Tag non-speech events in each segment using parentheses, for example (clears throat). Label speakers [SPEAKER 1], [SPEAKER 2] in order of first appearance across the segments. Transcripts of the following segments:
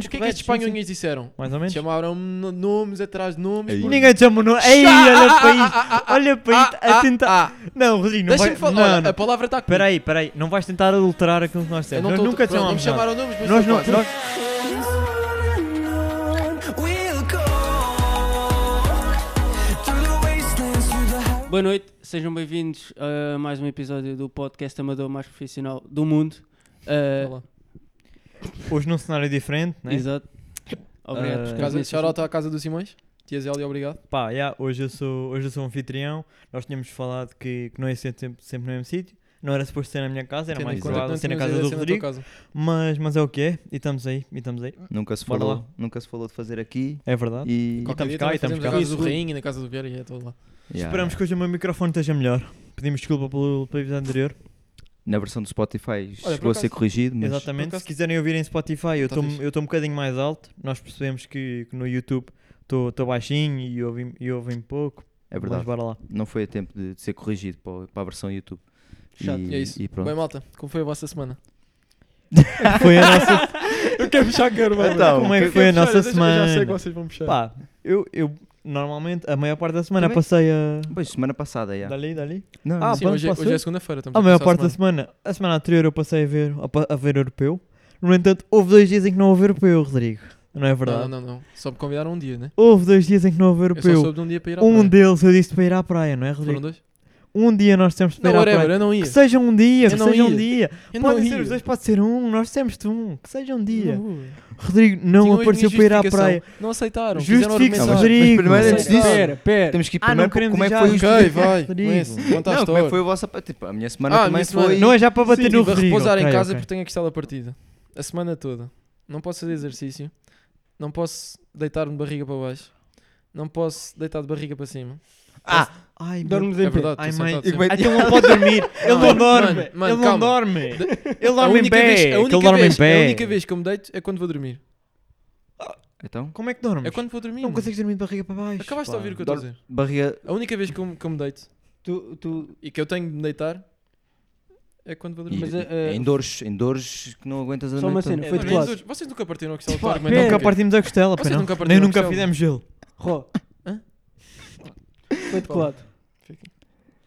[SPEAKER 1] Mas o que é que estes espanhóis disseram?
[SPEAKER 2] Mais ou menos.
[SPEAKER 1] Chamaram-me no- nomes atrás de nomes.
[SPEAKER 3] Ei.
[SPEAKER 1] porque-
[SPEAKER 2] Ninguém te chamou no. Ei, olha para isto. Olha para isto.
[SPEAKER 1] ah,
[SPEAKER 2] A tentar.
[SPEAKER 1] ah, ah.
[SPEAKER 2] Não, Rodrigo, não vai.
[SPEAKER 1] Deixa-me falar.
[SPEAKER 2] Não,
[SPEAKER 1] Olha,
[SPEAKER 2] não.
[SPEAKER 1] A palavra está comigo.
[SPEAKER 2] Peraí, peraí. Não vais tentar adulterar aquilo que nós
[SPEAKER 1] Eu
[SPEAKER 2] temos.
[SPEAKER 1] não
[SPEAKER 2] Nós
[SPEAKER 1] tô-
[SPEAKER 2] nunca te
[SPEAKER 1] pronto, não me
[SPEAKER 2] chamamos. nada.
[SPEAKER 1] chamaram nomes, mas
[SPEAKER 2] Nós
[SPEAKER 1] foi
[SPEAKER 2] não.
[SPEAKER 1] quase.
[SPEAKER 2] nós-
[SPEAKER 4] Boa noite, sejam bem-vindos a mais um episódio do podcast amador mais profissional do mundo. Uh,
[SPEAKER 1] Olá.
[SPEAKER 2] Hoje num cenário diferente, né?
[SPEAKER 4] Exato. Obrigado.
[SPEAKER 2] Ah,
[SPEAKER 4] por
[SPEAKER 1] Casa,
[SPEAKER 4] teres
[SPEAKER 1] shout out à casa do Simões. Tias Eli, obrigado.
[SPEAKER 2] Pá, yeah, hoje, eu sou, hoje eu sou um anfitrião. Nós tínhamos falado que, que não ia ser sempre, sempre no mesmo sítio. Não era suposto ser na minha casa, era
[SPEAKER 1] Tendo em
[SPEAKER 2] mais
[SPEAKER 1] conta que
[SPEAKER 2] isolado
[SPEAKER 1] não
[SPEAKER 2] ser na
[SPEAKER 1] tínhamos ido
[SPEAKER 2] casa
[SPEAKER 1] a
[SPEAKER 2] do
[SPEAKER 1] cena da
[SPEAKER 2] Rodrigo.
[SPEAKER 1] tua casa.
[SPEAKER 2] Mas, mas é o que é. E estamos aí, e estamos aí.
[SPEAKER 3] Nunca se,
[SPEAKER 2] Bora
[SPEAKER 3] falou,
[SPEAKER 2] lá.
[SPEAKER 3] nunca se falou de fazer aqui
[SPEAKER 2] É verdade.
[SPEAKER 3] e
[SPEAKER 1] Qualquer
[SPEAKER 2] estamos
[SPEAKER 1] dia
[SPEAKER 2] cá,
[SPEAKER 1] também
[SPEAKER 2] e estamos
[SPEAKER 1] fazemos
[SPEAKER 2] cá.
[SPEAKER 1] na casa do
[SPEAKER 4] Isso.
[SPEAKER 1] Rainha, na casa do Vieira e é todo lá.
[SPEAKER 3] Yeah,
[SPEAKER 2] Esperamos
[SPEAKER 3] yeah.
[SPEAKER 2] que hoje o meu microfone esteja melhor. Pedimos desculpa pelo, pelo episódio anterior.
[SPEAKER 3] na versão do Spotify
[SPEAKER 1] por
[SPEAKER 3] chegou a ser
[SPEAKER 1] acaso-
[SPEAKER 3] corrigido, mas
[SPEAKER 2] Exatamente.
[SPEAKER 1] por acaso-
[SPEAKER 2] Se quiserem ouvir em Spotify, eu
[SPEAKER 1] Tá
[SPEAKER 2] estou
[SPEAKER 1] fixe.
[SPEAKER 2] eu estou um bocadinho mais alto. Nós percebemos que, que no YouTube estou baixinho e ouvem e ouvem pouco.
[SPEAKER 3] é
[SPEAKER 2] Mas
[SPEAKER 3] verdade,
[SPEAKER 2] bora lá. (laughs)
[SPEAKER 3] não foi a tempo de, de ser corrigido para, o- para a versão YouTube.
[SPEAKER 4] Chato.
[SPEAKER 3] E,
[SPEAKER 1] E é isso.
[SPEAKER 3] e pronto.
[SPEAKER 1] Bem, malta, como foi a vossa semana?
[SPEAKER 2] Foi a nossa.
[SPEAKER 1] (laughs) Eu quero puxar a
[SPEAKER 3] mano. Então,
[SPEAKER 2] Como é que foi a nossa
[SPEAKER 1] Eu já sei
[SPEAKER 2] semana?
[SPEAKER 1] que vocês vão puxar.
[SPEAKER 2] Pá, eu, eu normalmente a maior parte da semana
[SPEAKER 3] Também?
[SPEAKER 2] passei a.
[SPEAKER 3] Pois, semana passada, yeah.
[SPEAKER 2] Dali, dali.
[SPEAKER 3] Não,
[SPEAKER 2] Ah,
[SPEAKER 3] não.
[SPEAKER 1] Sim,
[SPEAKER 2] bom,
[SPEAKER 1] hoje, é-
[SPEAKER 2] posso
[SPEAKER 1] hoje
[SPEAKER 2] ir?
[SPEAKER 1] é segunda-feira. estamos
[SPEAKER 2] A maior
[SPEAKER 1] começar
[SPEAKER 2] parte da semana. A semana anterior eu passei a ver, a, pa- a ver europeu. No entanto, houve dois dias em que não houve europeu, Rodrigo. Não é verdade?
[SPEAKER 1] Não, não, não. Só me convidaram um dia, né?
[SPEAKER 2] Houve dois dias em que não houve
[SPEAKER 1] Eu só
[SPEAKER 2] europeu.
[SPEAKER 1] soube de um dia para ir à
[SPEAKER 2] Um
[SPEAKER 1] praia.
[SPEAKER 2] deles eu disse para ir à praia, não é,
[SPEAKER 1] Foram
[SPEAKER 2] Rodrigo?
[SPEAKER 1] dois?
[SPEAKER 2] Um dia nós temos para
[SPEAKER 1] Não,
[SPEAKER 2] ir à praia.
[SPEAKER 1] whatever, eu não ia.
[SPEAKER 2] Que seja um dia,
[SPEAKER 1] Eu
[SPEAKER 2] que
[SPEAKER 1] não
[SPEAKER 2] seja um
[SPEAKER 1] ia.
[SPEAKER 2] dia.
[SPEAKER 1] Eu não
[SPEAKER 2] Podem
[SPEAKER 1] ia.
[SPEAKER 2] ser os dois, pode ser um, nós temos de um. Que seja um dia.
[SPEAKER 1] Não.
[SPEAKER 2] Rodrigo não
[SPEAKER 1] Tinham as
[SPEAKER 2] apareceu
[SPEAKER 1] minhas
[SPEAKER 2] para ir à
[SPEAKER 1] justificação.
[SPEAKER 2] praia.
[SPEAKER 1] Não aceitaram. fizeram
[SPEAKER 2] Justifique-se,
[SPEAKER 1] argumentar.
[SPEAKER 3] Rodrigo.
[SPEAKER 2] Rodrigo.
[SPEAKER 3] Mas primeiro,
[SPEAKER 1] antes disso-
[SPEAKER 4] Pera, pera.
[SPEAKER 3] Temos que ir
[SPEAKER 2] Ah, não
[SPEAKER 3] primeiro para
[SPEAKER 2] queremos
[SPEAKER 3] como é
[SPEAKER 2] ir
[SPEAKER 3] que
[SPEAKER 2] já.
[SPEAKER 3] foi os
[SPEAKER 1] Ok, vai.
[SPEAKER 2] Rodrigo.
[SPEAKER 1] Conhece. Conta a
[SPEAKER 3] Não, como é que
[SPEAKER 1] história.
[SPEAKER 3] foi a vossa. Tipo, a minha semana
[SPEAKER 1] Ah, a
[SPEAKER 3] também
[SPEAKER 1] minha semana-
[SPEAKER 3] foi.
[SPEAKER 2] Não é já para bater
[SPEAKER 1] Sim,
[SPEAKER 2] no
[SPEAKER 1] tive a
[SPEAKER 2] Rodrigo.
[SPEAKER 1] repousar em
[SPEAKER 2] ok,
[SPEAKER 1] casa
[SPEAKER 2] ok.
[SPEAKER 1] porque tenho a costela partida. A semana toda. Não posso fazer exercício. Não posso deitar-me de barriga para baixo. Não posso deitar de barriga para cima.
[SPEAKER 3] Ah,
[SPEAKER 2] Ai, meu
[SPEAKER 4] Dormes
[SPEAKER 1] É
[SPEAKER 4] em pé.
[SPEAKER 1] verdade,
[SPEAKER 2] Ai,
[SPEAKER 1] estou
[SPEAKER 2] mãe,
[SPEAKER 1] sentado
[SPEAKER 3] e
[SPEAKER 1] sempre.
[SPEAKER 3] como é que-
[SPEAKER 2] Então ele não pode dormir. Ele não
[SPEAKER 1] Mano,
[SPEAKER 2] dorme.
[SPEAKER 1] mano,
[SPEAKER 2] Ele não
[SPEAKER 1] calma.
[SPEAKER 2] dorme. Ele
[SPEAKER 1] A
[SPEAKER 2] dorme em
[SPEAKER 1] única vez-
[SPEAKER 2] pé.
[SPEAKER 1] a
[SPEAKER 2] que
[SPEAKER 1] única
[SPEAKER 2] Ele dorme em
[SPEAKER 1] vez- A
[SPEAKER 2] pé.
[SPEAKER 1] única vez que eu me deito é quando vou dormir.
[SPEAKER 3] então,
[SPEAKER 2] Como é que dormes?
[SPEAKER 1] É quando vou dormir.
[SPEAKER 2] Não
[SPEAKER 1] mano.
[SPEAKER 2] consegues dormir de barriga para baixo.
[SPEAKER 1] Acabaste de
[SPEAKER 2] pá.
[SPEAKER 1] ouvir o que eu estou a dizer.
[SPEAKER 3] barriga.
[SPEAKER 1] A única vez que eu, que eu me deito
[SPEAKER 4] Tu, tu,
[SPEAKER 1] e que eu tenho de me deitar é quando vou
[SPEAKER 3] E,
[SPEAKER 1] dormir.
[SPEAKER 4] Mas,
[SPEAKER 3] e-
[SPEAKER 4] eh,
[SPEAKER 3] em dores, em dores que não aguentas a
[SPEAKER 4] Só
[SPEAKER 3] noite
[SPEAKER 4] uma
[SPEAKER 3] toda.
[SPEAKER 4] cena.
[SPEAKER 1] É,
[SPEAKER 4] foi
[SPEAKER 1] mano,
[SPEAKER 4] de
[SPEAKER 1] nem
[SPEAKER 4] classe.
[SPEAKER 1] os dois- Vocês nunca partiram a questão
[SPEAKER 4] Pá,
[SPEAKER 1] de
[SPEAKER 4] pera.
[SPEAKER 2] Tipo, Nunca partimos a costela,
[SPEAKER 1] Vocês
[SPEAKER 2] pá, não.
[SPEAKER 1] nunca partiram
[SPEAKER 2] Nem
[SPEAKER 1] a
[SPEAKER 2] nunca
[SPEAKER 1] costela.
[SPEAKER 2] fizemos gelo.
[SPEAKER 4] Ró.
[SPEAKER 1] Hã?
[SPEAKER 4] Foi de
[SPEAKER 1] Fala.
[SPEAKER 4] colado.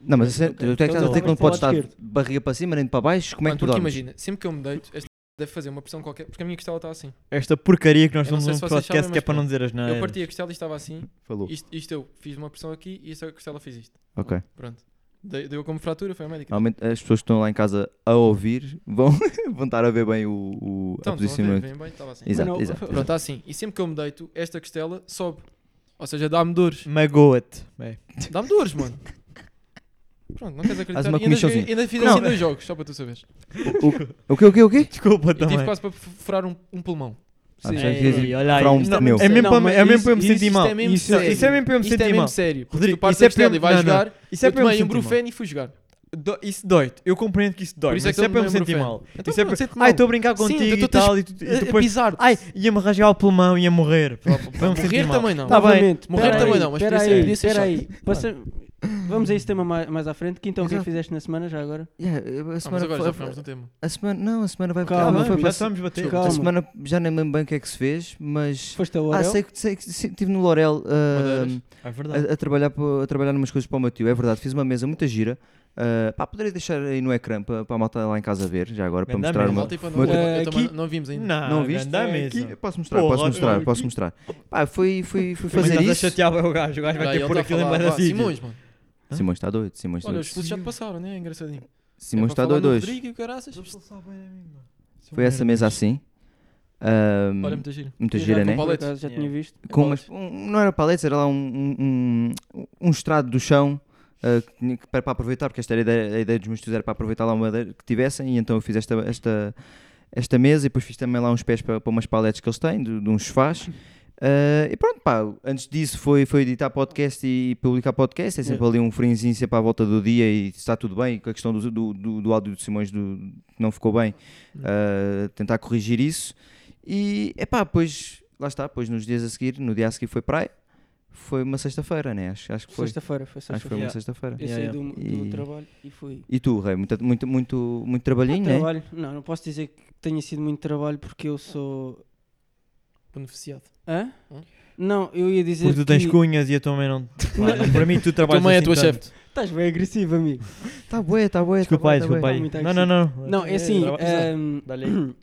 [SPEAKER 3] Não, mas a cena-
[SPEAKER 1] Ok.
[SPEAKER 3] tu é que estás a dizer que não
[SPEAKER 4] Então, vamos
[SPEAKER 3] podes
[SPEAKER 4] para o
[SPEAKER 3] estar
[SPEAKER 4] lado
[SPEAKER 3] de barriga para cima nem para baixo? Como é que tu
[SPEAKER 1] Porque
[SPEAKER 3] dormes?
[SPEAKER 1] imagina, sempre que eu me deito, esta (laughs) deve fazer uma pressão qualquer, porque a minha costela está assim.
[SPEAKER 2] Esta porcaria que nós
[SPEAKER 1] Eu não
[SPEAKER 2] estamos
[SPEAKER 1] sei
[SPEAKER 2] num
[SPEAKER 1] se vocês
[SPEAKER 2] podcast
[SPEAKER 1] sabem,
[SPEAKER 2] que é
[SPEAKER 1] mas
[SPEAKER 2] para não
[SPEAKER 1] pronto.
[SPEAKER 2] dizer as
[SPEAKER 1] Eu
[SPEAKER 2] neiras.
[SPEAKER 1] parti a costela e estava assim.
[SPEAKER 3] Falou.
[SPEAKER 1] Isto, isto eu fiz uma pressão aqui e esta costela fiz isto.
[SPEAKER 3] Ok.
[SPEAKER 1] Pronto. Dei- Deu como fratura, foi a
[SPEAKER 2] Ah,
[SPEAKER 1] médica.
[SPEAKER 3] Normalmente as pessoas que estão lá em casa a ouvir vão, (laughs) vão estar a ver bem o, o
[SPEAKER 1] Então, estão
[SPEAKER 3] a
[SPEAKER 1] a ver,
[SPEAKER 3] posicionamento.
[SPEAKER 1] vem bem, estava assim.
[SPEAKER 3] Exato,
[SPEAKER 4] Não,
[SPEAKER 3] exato.
[SPEAKER 1] Pronto, está assim. E sempre que eu me deito, esta costela sobe. Ou seja, dá-me
[SPEAKER 2] (laughs)
[SPEAKER 1] dores.
[SPEAKER 2] Magoa-te. É.
[SPEAKER 1] Dá-me dores, mano. Pronto, não queres acreditar.
[SPEAKER 3] Faz uma
[SPEAKER 1] E ainda,
[SPEAKER 3] comichãozinha.
[SPEAKER 1] joguei- ainda fiz
[SPEAKER 2] Não.
[SPEAKER 1] assim dois jogos, só para tu saberes.
[SPEAKER 3] O que, o que, o quê?
[SPEAKER 2] Desculpa
[SPEAKER 1] E tive
[SPEAKER 2] também.
[SPEAKER 1] quase para f- furar um, um pulmão.
[SPEAKER 3] Ah,
[SPEAKER 1] Sim.
[SPEAKER 3] já
[SPEAKER 1] Ei,
[SPEAKER 3] quis-
[SPEAKER 2] Ei, olha aí.
[SPEAKER 3] para um
[SPEAKER 2] Isto-
[SPEAKER 3] meu.
[SPEAKER 2] É mesmo
[SPEAKER 4] Não,
[SPEAKER 2] para
[SPEAKER 4] mas
[SPEAKER 2] é mesmo
[SPEAKER 4] isso-
[SPEAKER 2] para eu me sentir
[SPEAKER 1] isto
[SPEAKER 2] mal.
[SPEAKER 1] é mesmo
[SPEAKER 2] Isso isso é
[SPEAKER 1] sério.
[SPEAKER 2] mesmo para eu me
[SPEAKER 1] Isto é
[SPEAKER 2] sentir
[SPEAKER 1] mesmo
[SPEAKER 2] mal.
[SPEAKER 1] sério. porque
[SPEAKER 2] Rodrigo,
[SPEAKER 1] tu partes
[SPEAKER 2] isso é
[SPEAKER 1] a costela
[SPEAKER 2] para-
[SPEAKER 1] e vais
[SPEAKER 2] não, não.
[SPEAKER 1] jogar,
[SPEAKER 2] Isso é
[SPEAKER 1] eu
[SPEAKER 2] para eu
[SPEAKER 1] tomei
[SPEAKER 2] me
[SPEAKER 1] um
[SPEAKER 2] sentir mal.
[SPEAKER 1] brufeno e fui jogar.
[SPEAKER 2] Do- Isso dói-te. Eu compreendo que isso dói.
[SPEAKER 1] Por
[SPEAKER 2] Mas
[SPEAKER 1] isso é que
[SPEAKER 2] isso é
[SPEAKER 1] eu
[SPEAKER 2] para eu
[SPEAKER 1] me
[SPEAKER 2] me
[SPEAKER 1] lembro
[SPEAKER 2] sentir
[SPEAKER 1] bem.
[SPEAKER 2] mal.
[SPEAKER 1] Então
[SPEAKER 2] Isso é
[SPEAKER 1] pronto, sente
[SPEAKER 2] para...
[SPEAKER 1] mal.
[SPEAKER 2] Ai, estou a brincar
[SPEAKER 1] Sim,
[SPEAKER 2] contigo
[SPEAKER 1] então
[SPEAKER 2] e
[SPEAKER 1] tu tens-
[SPEAKER 2] tal. E tu- e
[SPEAKER 1] A- a
[SPEAKER 2] depois...
[SPEAKER 1] Pisar-te.
[SPEAKER 2] Ai, ia-me rasgar o pulmão, ia morrer. Para para me sentir
[SPEAKER 1] Morrer
[SPEAKER 2] mal.
[SPEAKER 1] também não.
[SPEAKER 2] Tá bem.
[SPEAKER 4] Novamente,
[SPEAKER 1] Morrer
[SPEAKER 4] pera
[SPEAKER 1] também
[SPEAKER 4] aí,
[SPEAKER 1] não, mas
[SPEAKER 4] pera
[SPEAKER 1] podia ser-
[SPEAKER 4] aí,
[SPEAKER 1] podia ser
[SPEAKER 4] pera
[SPEAKER 1] chato.
[SPEAKER 4] aí. Passa- Vamos a esse tema mais, mais à frente. Que então, o que é que
[SPEAKER 3] Exato.
[SPEAKER 4] fizeste na semana já agora?
[SPEAKER 3] Yeah, eu- a
[SPEAKER 1] Ah, mas
[SPEAKER 3] semana
[SPEAKER 1] agora
[SPEAKER 3] foi-
[SPEAKER 1] já falámos do tema.
[SPEAKER 3] a semana- não, a semana vai
[SPEAKER 4] Calma,
[SPEAKER 3] foi
[SPEAKER 2] Calma, já
[SPEAKER 3] para-
[SPEAKER 2] estamos a bater.
[SPEAKER 4] Calma.
[SPEAKER 3] A semana já nem me lembro bem o que é que se fez, mas.
[SPEAKER 4] Foste a
[SPEAKER 3] Ah,
[SPEAKER 4] Orel?
[SPEAKER 3] sei que sei que sim, estive no Lorel ah,
[SPEAKER 1] Madeiras.
[SPEAKER 2] É verdade.
[SPEAKER 3] a, a trabalhar, para- a trabalhar umas coisas para o meu tio. É verdade, fiz uma mesa muita gira. Ah, pá, poderia deixar aí no ecrã para, para a malta lá em casa ver, já agora, para
[SPEAKER 2] Ganda
[SPEAKER 3] mostrar
[SPEAKER 2] mesa.
[SPEAKER 3] uma,
[SPEAKER 1] Malta e quando-
[SPEAKER 3] uma-
[SPEAKER 1] eu
[SPEAKER 2] Eh,
[SPEAKER 1] também
[SPEAKER 2] aqui-
[SPEAKER 1] Não vimos ainda.
[SPEAKER 2] Não,
[SPEAKER 3] Não viste?
[SPEAKER 2] Dá
[SPEAKER 3] Aqui-
[SPEAKER 2] mesmo.
[SPEAKER 3] posso mostrar,
[SPEAKER 2] Porra,
[SPEAKER 3] posso
[SPEAKER 2] olha
[SPEAKER 3] mostrar,
[SPEAKER 2] aqui.
[SPEAKER 3] posso mostrar. Pá, fui, fui, fui
[SPEAKER 2] Mas
[SPEAKER 3] fazer
[SPEAKER 2] estás a
[SPEAKER 3] isso.
[SPEAKER 2] chatear bem o gajo. O gajo
[SPEAKER 1] Ah,
[SPEAKER 2] vai ter
[SPEAKER 1] ele
[SPEAKER 2] que pôr
[SPEAKER 1] tá a
[SPEAKER 2] aquilo em
[SPEAKER 1] falar,
[SPEAKER 2] mais
[SPEAKER 1] vá,
[SPEAKER 2] assim.
[SPEAKER 1] Simões, mano.
[SPEAKER 3] Simões está doido, Simões está
[SPEAKER 1] Olha,
[SPEAKER 3] doido.
[SPEAKER 1] os estudos já te passaram, né? É engraçadinho.
[SPEAKER 3] Simões
[SPEAKER 1] é para
[SPEAKER 3] está
[SPEAKER 1] falar
[SPEAKER 3] doido
[SPEAKER 1] no
[SPEAKER 3] hoje.
[SPEAKER 1] Rodrigo e o caraças.
[SPEAKER 3] Foi essa mesa assim. Ahm,
[SPEAKER 1] Olha, muito giro.
[SPEAKER 3] muita
[SPEAKER 4] Eu
[SPEAKER 3] gira,
[SPEAKER 4] já,
[SPEAKER 3] né?
[SPEAKER 4] por
[SPEAKER 1] Paletes.
[SPEAKER 4] acaso, Já tinha
[SPEAKER 2] Yeah.
[SPEAKER 4] visto.
[SPEAKER 3] Com umas- um- não era paletes, era lá um, um, um, um estrado do chão ah, que tinha que- para, para aproveitar, porque esta era a ideia, a ideia dos meus tios era para aproveitar lá uma madeira que tivessem, e então eu fiz esta, esta, esta mesa e depois fiz também lá uns pés para, para umas paletes que eles têm, de, de uns sofás. Ah, e pronto, pá, antes disso foi, foi editar podcast e publicar podcast, é sempre ali um frenzinho sempre à volta do dia e se está tudo bem, com a questão do, do, do, do áudio de Simões do, que não ficou bem, ah, tentar corrigir isso. E epá, pois lá está, pois nos dias a seguir, no dia a seguir foi praia, foi uma sexta-feira, né? Acho, acho que foi.
[SPEAKER 4] Sexta-feira, foi
[SPEAKER 3] Acho que foi
[SPEAKER 4] sexta-feira.
[SPEAKER 3] uma
[SPEAKER 2] Yeah.
[SPEAKER 3] sexta-feira.
[SPEAKER 4] Eu
[SPEAKER 2] Yeah,
[SPEAKER 4] saí
[SPEAKER 2] yeah.
[SPEAKER 4] do, do
[SPEAKER 3] E-
[SPEAKER 4] trabalho e fui.
[SPEAKER 3] E tu, Rei, muito, muito, muito, muito trabalhinho, né?
[SPEAKER 4] trabalho. Não, não posso dizer que tenha sido muito trabalho porque eu sou
[SPEAKER 1] beneficiado.
[SPEAKER 4] Hã?
[SPEAKER 1] Hum?
[SPEAKER 4] Não, eu ia dizer.
[SPEAKER 2] Porque tu tens
[SPEAKER 4] que...
[SPEAKER 2] cunhas e a tua mãe não. Claro, para mim, tu
[SPEAKER 1] Tua
[SPEAKER 2] trabalhas.
[SPEAKER 1] mãe é a
[SPEAKER 2] assim
[SPEAKER 1] tua
[SPEAKER 2] tanto.
[SPEAKER 1] chefe.
[SPEAKER 4] Estás bem agressivo, amigo.
[SPEAKER 3] Está Tá bué, está bué.
[SPEAKER 2] Desculpa aí, desculpa aí.
[SPEAKER 4] Muito
[SPEAKER 2] Não, não, não.
[SPEAKER 4] Não, tá é assim.
[SPEAKER 2] traba-
[SPEAKER 4] ahm,
[SPEAKER 2] Dá-lhe
[SPEAKER 4] (laughs)
[SPEAKER 2] aí.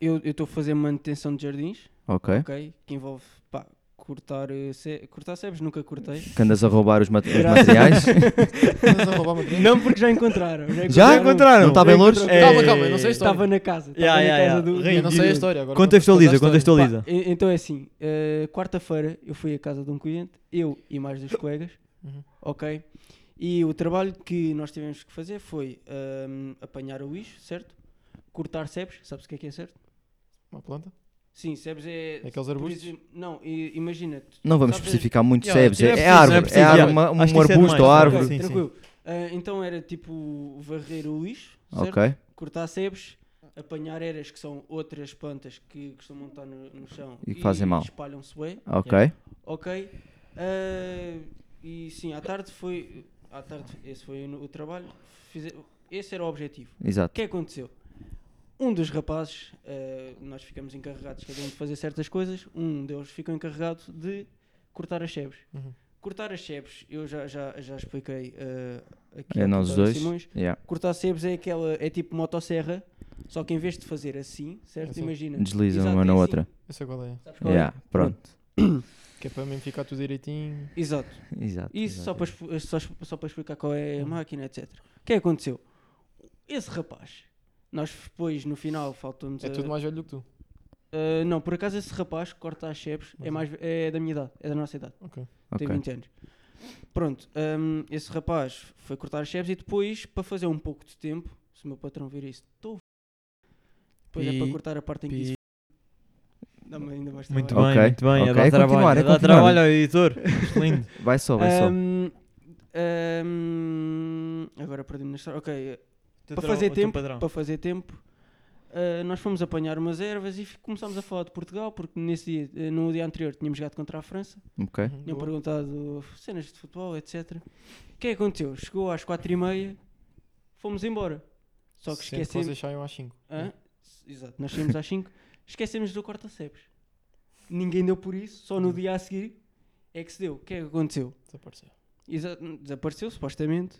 [SPEAKER 4] eu estou a fazer manutenção de jardins,
[SPEAKER 3] Ok.
[SPEAKER 4] ok? Que envolve pá, cortar, eh, ce... cortar sebes, nunca cortei.
[SPEAKER 3] Que andas a roubar os, mat- os
[SPEAKER 4] Graças-
[SPEAKER 3] materiais.
[SPEAKER 1] Andas a roubar materiais?
[SPEAKER 4] Não, porque já encontraram. tá
[SPEAKER 3] Já
[SPEAKER 2] encontraram? É,
[SPEAKER 3] Não tá estava em Louros?
[SPEAKER 4] encontraram.
[SPEAKER 1] Calma, calma, eu não sei a história.
[SPEAKER 4] Estava na casa. Estava
[SPEAKER 2] Yeah,
[SPEAKER 4] na
[SPEAKER 2] yeah,
[SPEAKER 4] casa
[SPEAKER 2] yeah.
[SPEAKER 4] do.
[SPEAKER 2] Rei,
[SPEAKER 1] Eu não sei a
[SPEAKER 4] do-
[SPEAKER 1] história agora.
[SPEAKER 2] Contextualiza,
[SPEAKER 1] conta a história.
[SPEAKER 2] contextualiza.
[SPEAKER 4] Pá, e- então é assim, eh, quarta-feira eu fui à casa de um cliente, eu e mais dois colegas,
[SPEAKER 1] Uhum.
[SPEAKER 4] ok? E o trabalho que nós tivemos que fazer foi ahm, apanhar o lixo, certo? Cortar sebes, sabes o que é que é certo?
[SPEAKER 1] Uma planta?
[SPEAKER 4] Sim, sebes é...
[SPEAKER 1] Aqueles
[SPEAKER 4] por
[SPEAKER 1] arbustos?
[SPEAKER 4] exemplo, Não, i- imagina... tu-
[SPEAKER 3] Não vamos
[SPEAKER 4] sabes-
[SPEAKER 3] especificar muito,
[SPEAKER 1] Yeah,
[SPEAKER 3] sebes.
[SPEAKER 1] não é
[SPEAKER 3] É, é
[SPEAKER 1] preciso, não é
[SPEAKER 3] árvore, é
[SPEAKER 1] preciso,
[SPEAKER 3] árvore,
[SPEAKER 2] yeah.
[SPEAKER 3] uma-
[SPEAKER 2] Acho
[SPEAKER 3] um
[SPEAKER 2] que isso é
[SPEAKER 3] arbusto ou
[SPEAKER 2] demais.
[SPEAKER 4] Ok,
[SPEAKER 3] árvore.
[SPEAKER 2] Sim, sim.
[SPEAKER 4] tranquilo. Ah, então era tipo varrer o lixo, certo?
[SPEAKER 3] Ok.
[SPEAKER 4] Cortar sebes, apanhar eras que são outras plantas que costumam estar no, no chão
[SPEAKER 3] E que fazem mal.
[SPEAKER 4] espalham-se bem.
[SPEAKER 3] Ok.
[SPEAKER 4] Ok. eh, e sim, à tarde foi. À tarde, esse foi o, o trabalho. Fize- esse era o objetivo. O
[SPEAKER 3] Exato.
[SPEAKER 4] que é que aconteceu? Um dos rapazes, eh, nós ficamos encarregados cada um de fazer certas coisas, um deles ficou encarregado de cortar as sebes.
[SPEAKER 1] Uhum.
[SPEAKER 4] Cortar as sebes, eu já, já, já expliquei eh, aqui
[SPEAKER 3] É
[SPEAKER 4] ao
[SPEAKER 3] nós os
[SPEAKER 4] Tadeu
[SPEAKER 3] dois.
[SPEAKER 4] Simões.
[SPEAKER 3] Yeah.
[SPEAKER 4] Cortar sebes é aquela, é tipo motosserra, só que em vez de fazer assim, certo?
[SPEAKER 1] É só-
[SPEAKER 4] Imagina.
[SPEAKER 3] Desliza
[SPEAKER 4] Exato,
[SPEAKER 3] uma na
[SPEAKER 4] é assim.
[SPEAKER 3] outra.
[SPEAKER 1] Eu sei qual é.
[SPEAKER 4] Sabes qual é?
[SPEAKER 3] Yeah. Pronto.
[SPEAKER 1] Que é para mim ficar tudo direitinho.
[SPEAKER 4] Exato.
[SPEAKER 3] Exato.
[SPEAKER 4] Isso só
[SPEAKER 3] exato.
[SPEAKER 4] para, expli- só, só para explicar qual é a máquina, etc. O que é que aconteceu? Esse rapaz, nós depois no final faltou-nos.
[SPEAKER 1] É
[SPEAKER 4] a-
[SPEAKER 1] tudo mais velho do que tu.
[SPEAKER 4] Ah, não, por acaso esse rapaz que corta as chebes é,
[SPEAKER 1] Ok.
[SPEAKER 4] mais, é da minha idade, é da nossa idade,
[SPEAKER 3] Ok.
[SPEAKER 4] tem 20 anos. Pronto, hum, esse rapaz foi cortar as chebes e depois, para fazer um pouco de tempo, se o meu patrão vir isto, estou. Depois é
[SPEAKER 1] Pi-
[SPEAKER 4] para cortar a parte em que isso.
[SPEAKER 1] pi-
[SPEAKER 4] Dá-me ainda mais
[SPEAKER 2] Muito
[SPEAKER 4] trabalho.
[SPEAKER 2] bem,
[SPEAKER 3] Ok.
[SPEAKER 2] muito bem.
[SPEAKER 3] Ok,
[SPEAKER 2] É dar
[SPEAKER 3] é continuar,
[SPEAKER 2] trabalho.
[SPEAKER 3] é
[SPEAKER 2] É dar
[SPEAKER 3] continuar.
[SPEAKER 2] trabalho ao editor.
[SPEAKER 3] (laughs)
[SPEAKER 2] Lindo.
[SPEAKER 3] Vai só, vai só.
[SPEAKER 4] Hum, hum, agora perdi-me na história. Ok,
[SPEAKER 2] Teu
[SPEAKER 4] Para
[SPEAKER 2] tra-
[SPEAKER 4] fazer
[SPEAKER 2] o teu
[SPEAKER 4] tempo,
[SPEAKER 1] Então.
[SPEAKER 2] padrão.
[SPEAKER 4] para fazer tempo, ah, nós fomos apanhar umas ervas e fi- começámos a falar de Portugal, porque nesse dia, eh, no dia anterior tínhamos jogado contra a França,
[SPEAKER 3] Ok.
[SPEAKER 1] Uhum,
[SPEAKER 4] tinham
[SPEAKER 1] boa.
[SPEAKER 4] perguntado cenas de futebol, etc. O que é que aconteceu? Chegou às 4 e meia, fomos embora. Só que
[SPEAKER 1] Sempre
[SPEAKER 4] esquecemos.
[SPEAKER 1] vocês saiam às 5. (laughs)
[SPEAKER 4] Hã? Exato, nós saímos às 5, esquecemos do corta-sebes. Ninguém deu por isso,
[SPEAKER 1] Uhum.
[SPEAKER 4] só no dia a seguir é que se deu. O que é que aconteceu?
[SPEAKER 1] Desapareceu.
[SPEAKER 4] Exa- desapareceu, supostamente.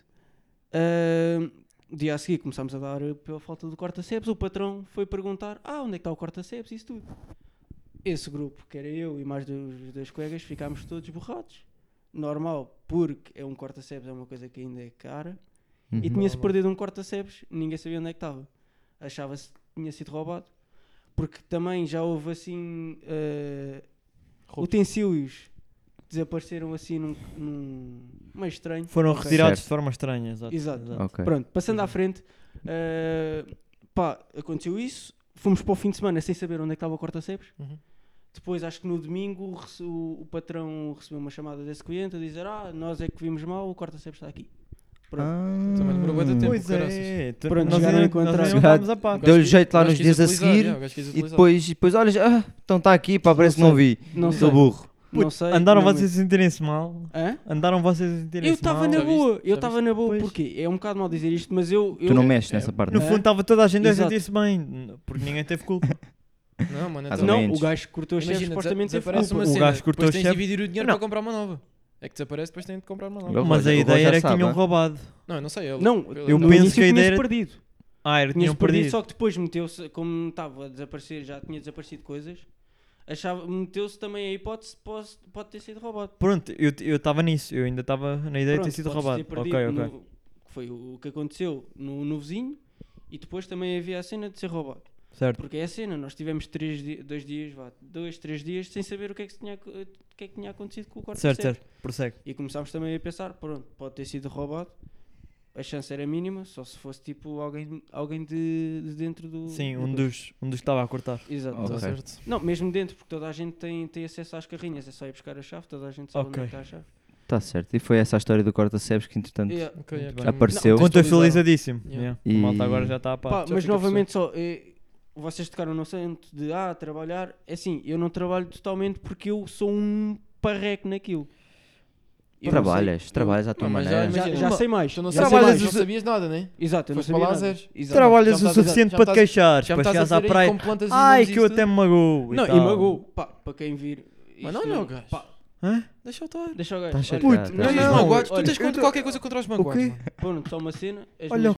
[SPEAKER 4] Ahm, dia a seguir começámos a dar eh, pela falta do corta-cepes. O patrão foi perguntar: Ah, onde é que está o corta-cepes? Isso tudo. Esse grupo, que era eu e mais dois, dois colegas, ficámos todos borrados. Normal, porque é um corta-cepes, é uma coisa que ainda é cara. E
[SPEAKER 3] Uhum.
[SPEAKER 4] tinha-se
[SPEAKER 1] Normal.
[SPEAKER 4] perdido um corta-cepes, ninguém sabia onde é que estava. Achava-se que tinha sido roubado. Porque também já houve assim. eh,
[SPEAKER 1] Roupas.
[SPEAKER 4] utensílios desapareceram assim num, num meio estranho.
[SPEAKER 2] Foram
[SPEAKER 4] Ok.
[SPEAKER 2] retirados
[SPEAKER 3] Certo.
[SPEAKER 2] de forma estranha. Exato.
[SPEAKER 4] Exato.
[SPEAKER 3] Ok.
[SPEAKER 4] Pronto, passando à frente, eh, pá, aconteceu isso. Fomos para o fim de semana sem saber onde é que estava o corta-cepes.
[SPEAKER 1] Uhum.
[SPEAKER 4] Depois, acho que no domingo, rece- o, o patrão recebeu uma chamada desse cliente a dizer: Ah, nós é que vimos mal, o corta-cepes está aqui. Pronto.
[SPEAKER 1] Também demorou bué de tempo,
[SPEAKER 2] Pois é.
[SPEAKER 1] caraças.
[SPEAKER 2] tu-
[SPEAKER 4] Pronto,
[SPEAKER 2] nós
[SPEAKER 4] já não
[SPEAKER 2] ainda-
[SPEAKER 4] encontraram.
[SPEAKER 2] nós ainda vamos à parte.
[SPEAKER 3] Deu-lhe
[SPEAKER 1] Acho que-
[SPEAKER 3] jeito lá
[SPEAKER 1] acho
[SPEAKER 3] nos
[SPEAKER 1] que
[SPEAKER 3] dias a
[SPEAKER 1] utilizar,
[SPEAKER 3] seguir,
[SPEAKER 1] yeah, o gajo quis
[SPEAKER 3] E
[SPEAKER 1] utilizar.
[SPEAKER 3] depois, e depois olha, já- ah, então está aqui, pá, parece que não vi.
[SPEAKER 4] Não
[SPEAKER 3] Sou
[SPEAKER 4] sei.
[SPEAKER 3] burro.
[SPEAKER 4] Não sei.
[SPEAKER 2] Andaram
[SPEAKER 4] não-
[SPEAKER 2] vocês a sentirem-se mal?
[SPEAKER 4] Hã?
[SPEAKER 2] Andaram vocês a sentirem-se
[SPEAKER 4] Eu
[SPEAKER 2] mal?
[SPEAKER 4] estava
[SPEAKER 1] Já
[SPEAKER 4] na
[SPEAKER 1] viste?
[SPEAKER 4] boa,
[SPEAKER 1] Já
[SPEAKER 4] eu estava na boa, porque é um bocado mal dizer isto, mas eu. eu
[SPEAKER 3] Tu não mexes nessa parte.
[SPEAKER 2] Tipo, No
[SPEAKER 4] É.
[SPEAKER 2] fundo estava toda a gente
[SPEAKER 4] Exato.
[SPEAKER 2] a sentir-se bem, porque ninguém teve culpa.
[SPEAKER 1] Não, mano, então-
[SPEAKER 3] Mais ou
[SPEAKER 4] Não,
[SPEAKER 3] menos.
[SPEAKER 4] o gajo que cortou as chaves
[SPEAKER 1] Imagina,
[SPEAKER 4] supostamente teve
[SPEAKER 1] desaparece
[SPEAKER 4] culpa.
[SPEAKER 1] uma
[SPEAKER 2] O
[SPEAKER 1] cena,
[SPEAKER 2] gajo cortou
[SPEAKER 1] depois
[SPEAKER 2] o
[SPEAKER 1] tens de
[SPEAKER 2] chefe.
[SPEAKER 1] dividir o dinheiro
[SPEAKER 2] Não.
[SPEAKER 1] para comprar uma nova. É que desaparece, depois têm de comprar uma nova.
[SPEAKER 3] Não.
[SPEAKER 2] Mas a
[SPEAKER 3] Roger- o
[SPEAKER 2] ideia
[SPEAKER 3] Roger
[SPEAKER 2] era que
[SPEAKER 3] sabe,
[SPEAKER 2] tinham
[SPEAKER 3] né?
[SPEAKER 2] roubado.
[SPEAKER 1] Não, eu não sei. Eu,
[SPEAKER 4] Não,
[SPEAKER 2] Eu
[SPEAKER 4] no
[SPEAKER 2] penso
[SPEAKER 4] início
[SPEAKER 2] que a
[SPEAKER 4] um tinhas
[SPEAKER 2] ideia era-
[SPEAKER 4] perdido.
[SPEAKER 2] Ah, era que
[SPEAKER 4] Tinhas
[SPEAKER 2] tinham
[SPEAKER 4] perdido,
[SPEAKER 2] perdido.
[SPEAKER 4] só que depois meteu-se, como estava a desaparecer, já tinha desaparecido coisas, achava, meteu-se também a hipótese de pode, pode ter sido roubado.
[SPEAKER 2] Pronto, eu eu estava nisso, eu ainda estava na ideia de ter
[SPEAKER 4] Pronto,
[SPEAKER 2] sido
[SPEAKER 4] pode-se
[SPEAKER 2] roubado.
[SPEAKER 4] ter
[SPEAKER 2] Ok,
[SPEAKER 4] perdido
[SPEAKER 2] ok.
[SPEAKER 4] no- que foi o que aconteceu no, no vizinho e depois também havia a cena de ser roubado.
[SPEAKER 2] Certo.
[SPEAKER 4] Porque é a cena, nós tivemos três di- dois dias, vá, dois, três dias sem saber o que é que, se tinha, ac- o que é que tinha acontecido com o corte
[SPEAKER 2] Certo, certo. Prossegue.
[SPEAKER 4] E começámos também a pensar, pronto, pode ter sido roubado. A chance era mínima, só se fosse tipo alguém, alguém de, de dentro do.
[SPEAKER 2] Sim,
[SPEAKER 4] do
[SPEAKER 2] um
[SPEAKER 4] coisa.
[SPEAKER 2] dos um dos que estava a cortar.
[SPEAKER 4] Exato.
[SPEAKER 1] Está
[SPEAKER 3] Ok.
[SPEAKER 1] certo.
[SPEAKER 4] Não, mesmo dentro, porque toda a gente tem, tem acesso às carrinhas, é só ir buscar a chave, toda a gente sabe onde é que
[SPEAKER 2] Ok.
[SPEAKER 4] está a chave.
[SPEAKER 3] Está certo. E foi essa a história do corta-sebes que, entretanto,
[SPEAKER 4] Yeah.
[SPEAKER 1] Ok, é,
[SPEAKER 2] Muito
[SPEAKER 1] que
[SPEAKER 2] bem.
[SPEAKER 1] é-
[SPEAKER 3] Apareceu.
[SPEAKER 1] Não, contextualiza-
[SPEAKER 2] Contextualizadíssimo.
[SPEAKER 1] Yeah.
[SPEAKER 2] yeah. O
[SPEAKER 3] E-
[SPEAKER 2] malta agora já está a par.
[SPEAKER 4] Pá,
[SPEAKER 1] Já
[SPEAKER 4] mas
[SPEAKER 1] fica a
[SPEAKER 4] novamente só, eh, vocês tocaram no santo de ah, trabalhar, é assim, eu não trabalho totalmente porque eu sou um parreco naquilo. Eu não
[SPEAKER 3] trabalhas, É. trabalhas à tua
[SPEAKER 1] Não, mas já
[SPEAKER 3] maneira.
[SPEAKER 4] sei- Já,
[SPEAKER 1] Imagina,
[SPEAKER 4] já
[SPEAKER 1] uma-
[SPEAKER 4] sei mais.
[SPEAKER 1] Tu não,
[SPEAKER 4] já sei
[SPEAKER 1] sabias,
[SPEAKER 2] trabalhas
[SPEAKER 1] não
[SPEAKER 2] o-
[SPEAKER 1] sabias nada, né?
[SPEAKER 4] Exato, eu não
[SPEAKER 1] Foste
[SPEAKER 4] sabia
[SPEAKER 1] para lá
[SPEAKER 4] nada.
[SPEAKER 1] a zeros.
[SPEAKER 4] Exato.
[SPEAKER 2] Trabalhas
[SPEAKER 1] Já me
[SPEAKER 2] o
[SPEAKER 1] estás a-
[SPEAKER 2] suficiente
[SPEAKER 1] já me
[SPEAKER 2] para te
[SPEAKER 1] estás-
[SPEAKER 2] queixar,
[SPEAKER 1] Já
[SPEAKER 2] para
[SPEAKER 1] me estás a
[SPEAKER 2] chegares à
[SPEAKER 1] dizer aí
[SPEAKER 2] praia.
[SPEAKER 1] com plantas e
[SPEAKER 2] Ai,
[SPEAKER 1] nomes
[SPEAKER 2] que eu
[SPEAKER 1] isto
[SPEAKER 2] até me magoo.
[SPEAKER 4] Não,
[SPEAKER 2] tal.
[SPEAKER 4] e magou. Pá, para quem vir.
[SPEAKER 1] Mas
[SPEAKER 4] isto
[SPEAKER 1] não, não, gajo.
[SPEAKER 4] Pá,
[SPEAKER 2] Hã?
[SPEAKER 1] Deixa eu estar.
[SPEAKER 4] deixa o gajo.
[SPEAKER 3] Tá chateado,
[SPEAKER 4] Olha,
[SPEAKER 3] tá
[SPEAKER 1] Não,
[SPEAKER 4] Não,
[SPEAKER 1] não,
[SPEAKER 4] não,
[SPEAKER 1] manguados. Tu
[SPEAKER 4] olha,
[SPEAKER 1] tens
[SPEAKER 2] eu
[SPEAKER 1] contra
[SPEAKER 2] tô-
[SPEAKER 1] qualquer coisa contra os manguados.
[SPEAKER 2] quê?
[SPEAKER 1] mano.
[SPEAKER 4] Pronto, só uma cena. As
[SPEAKER 2] Olha
[SPEAKER 4] minhas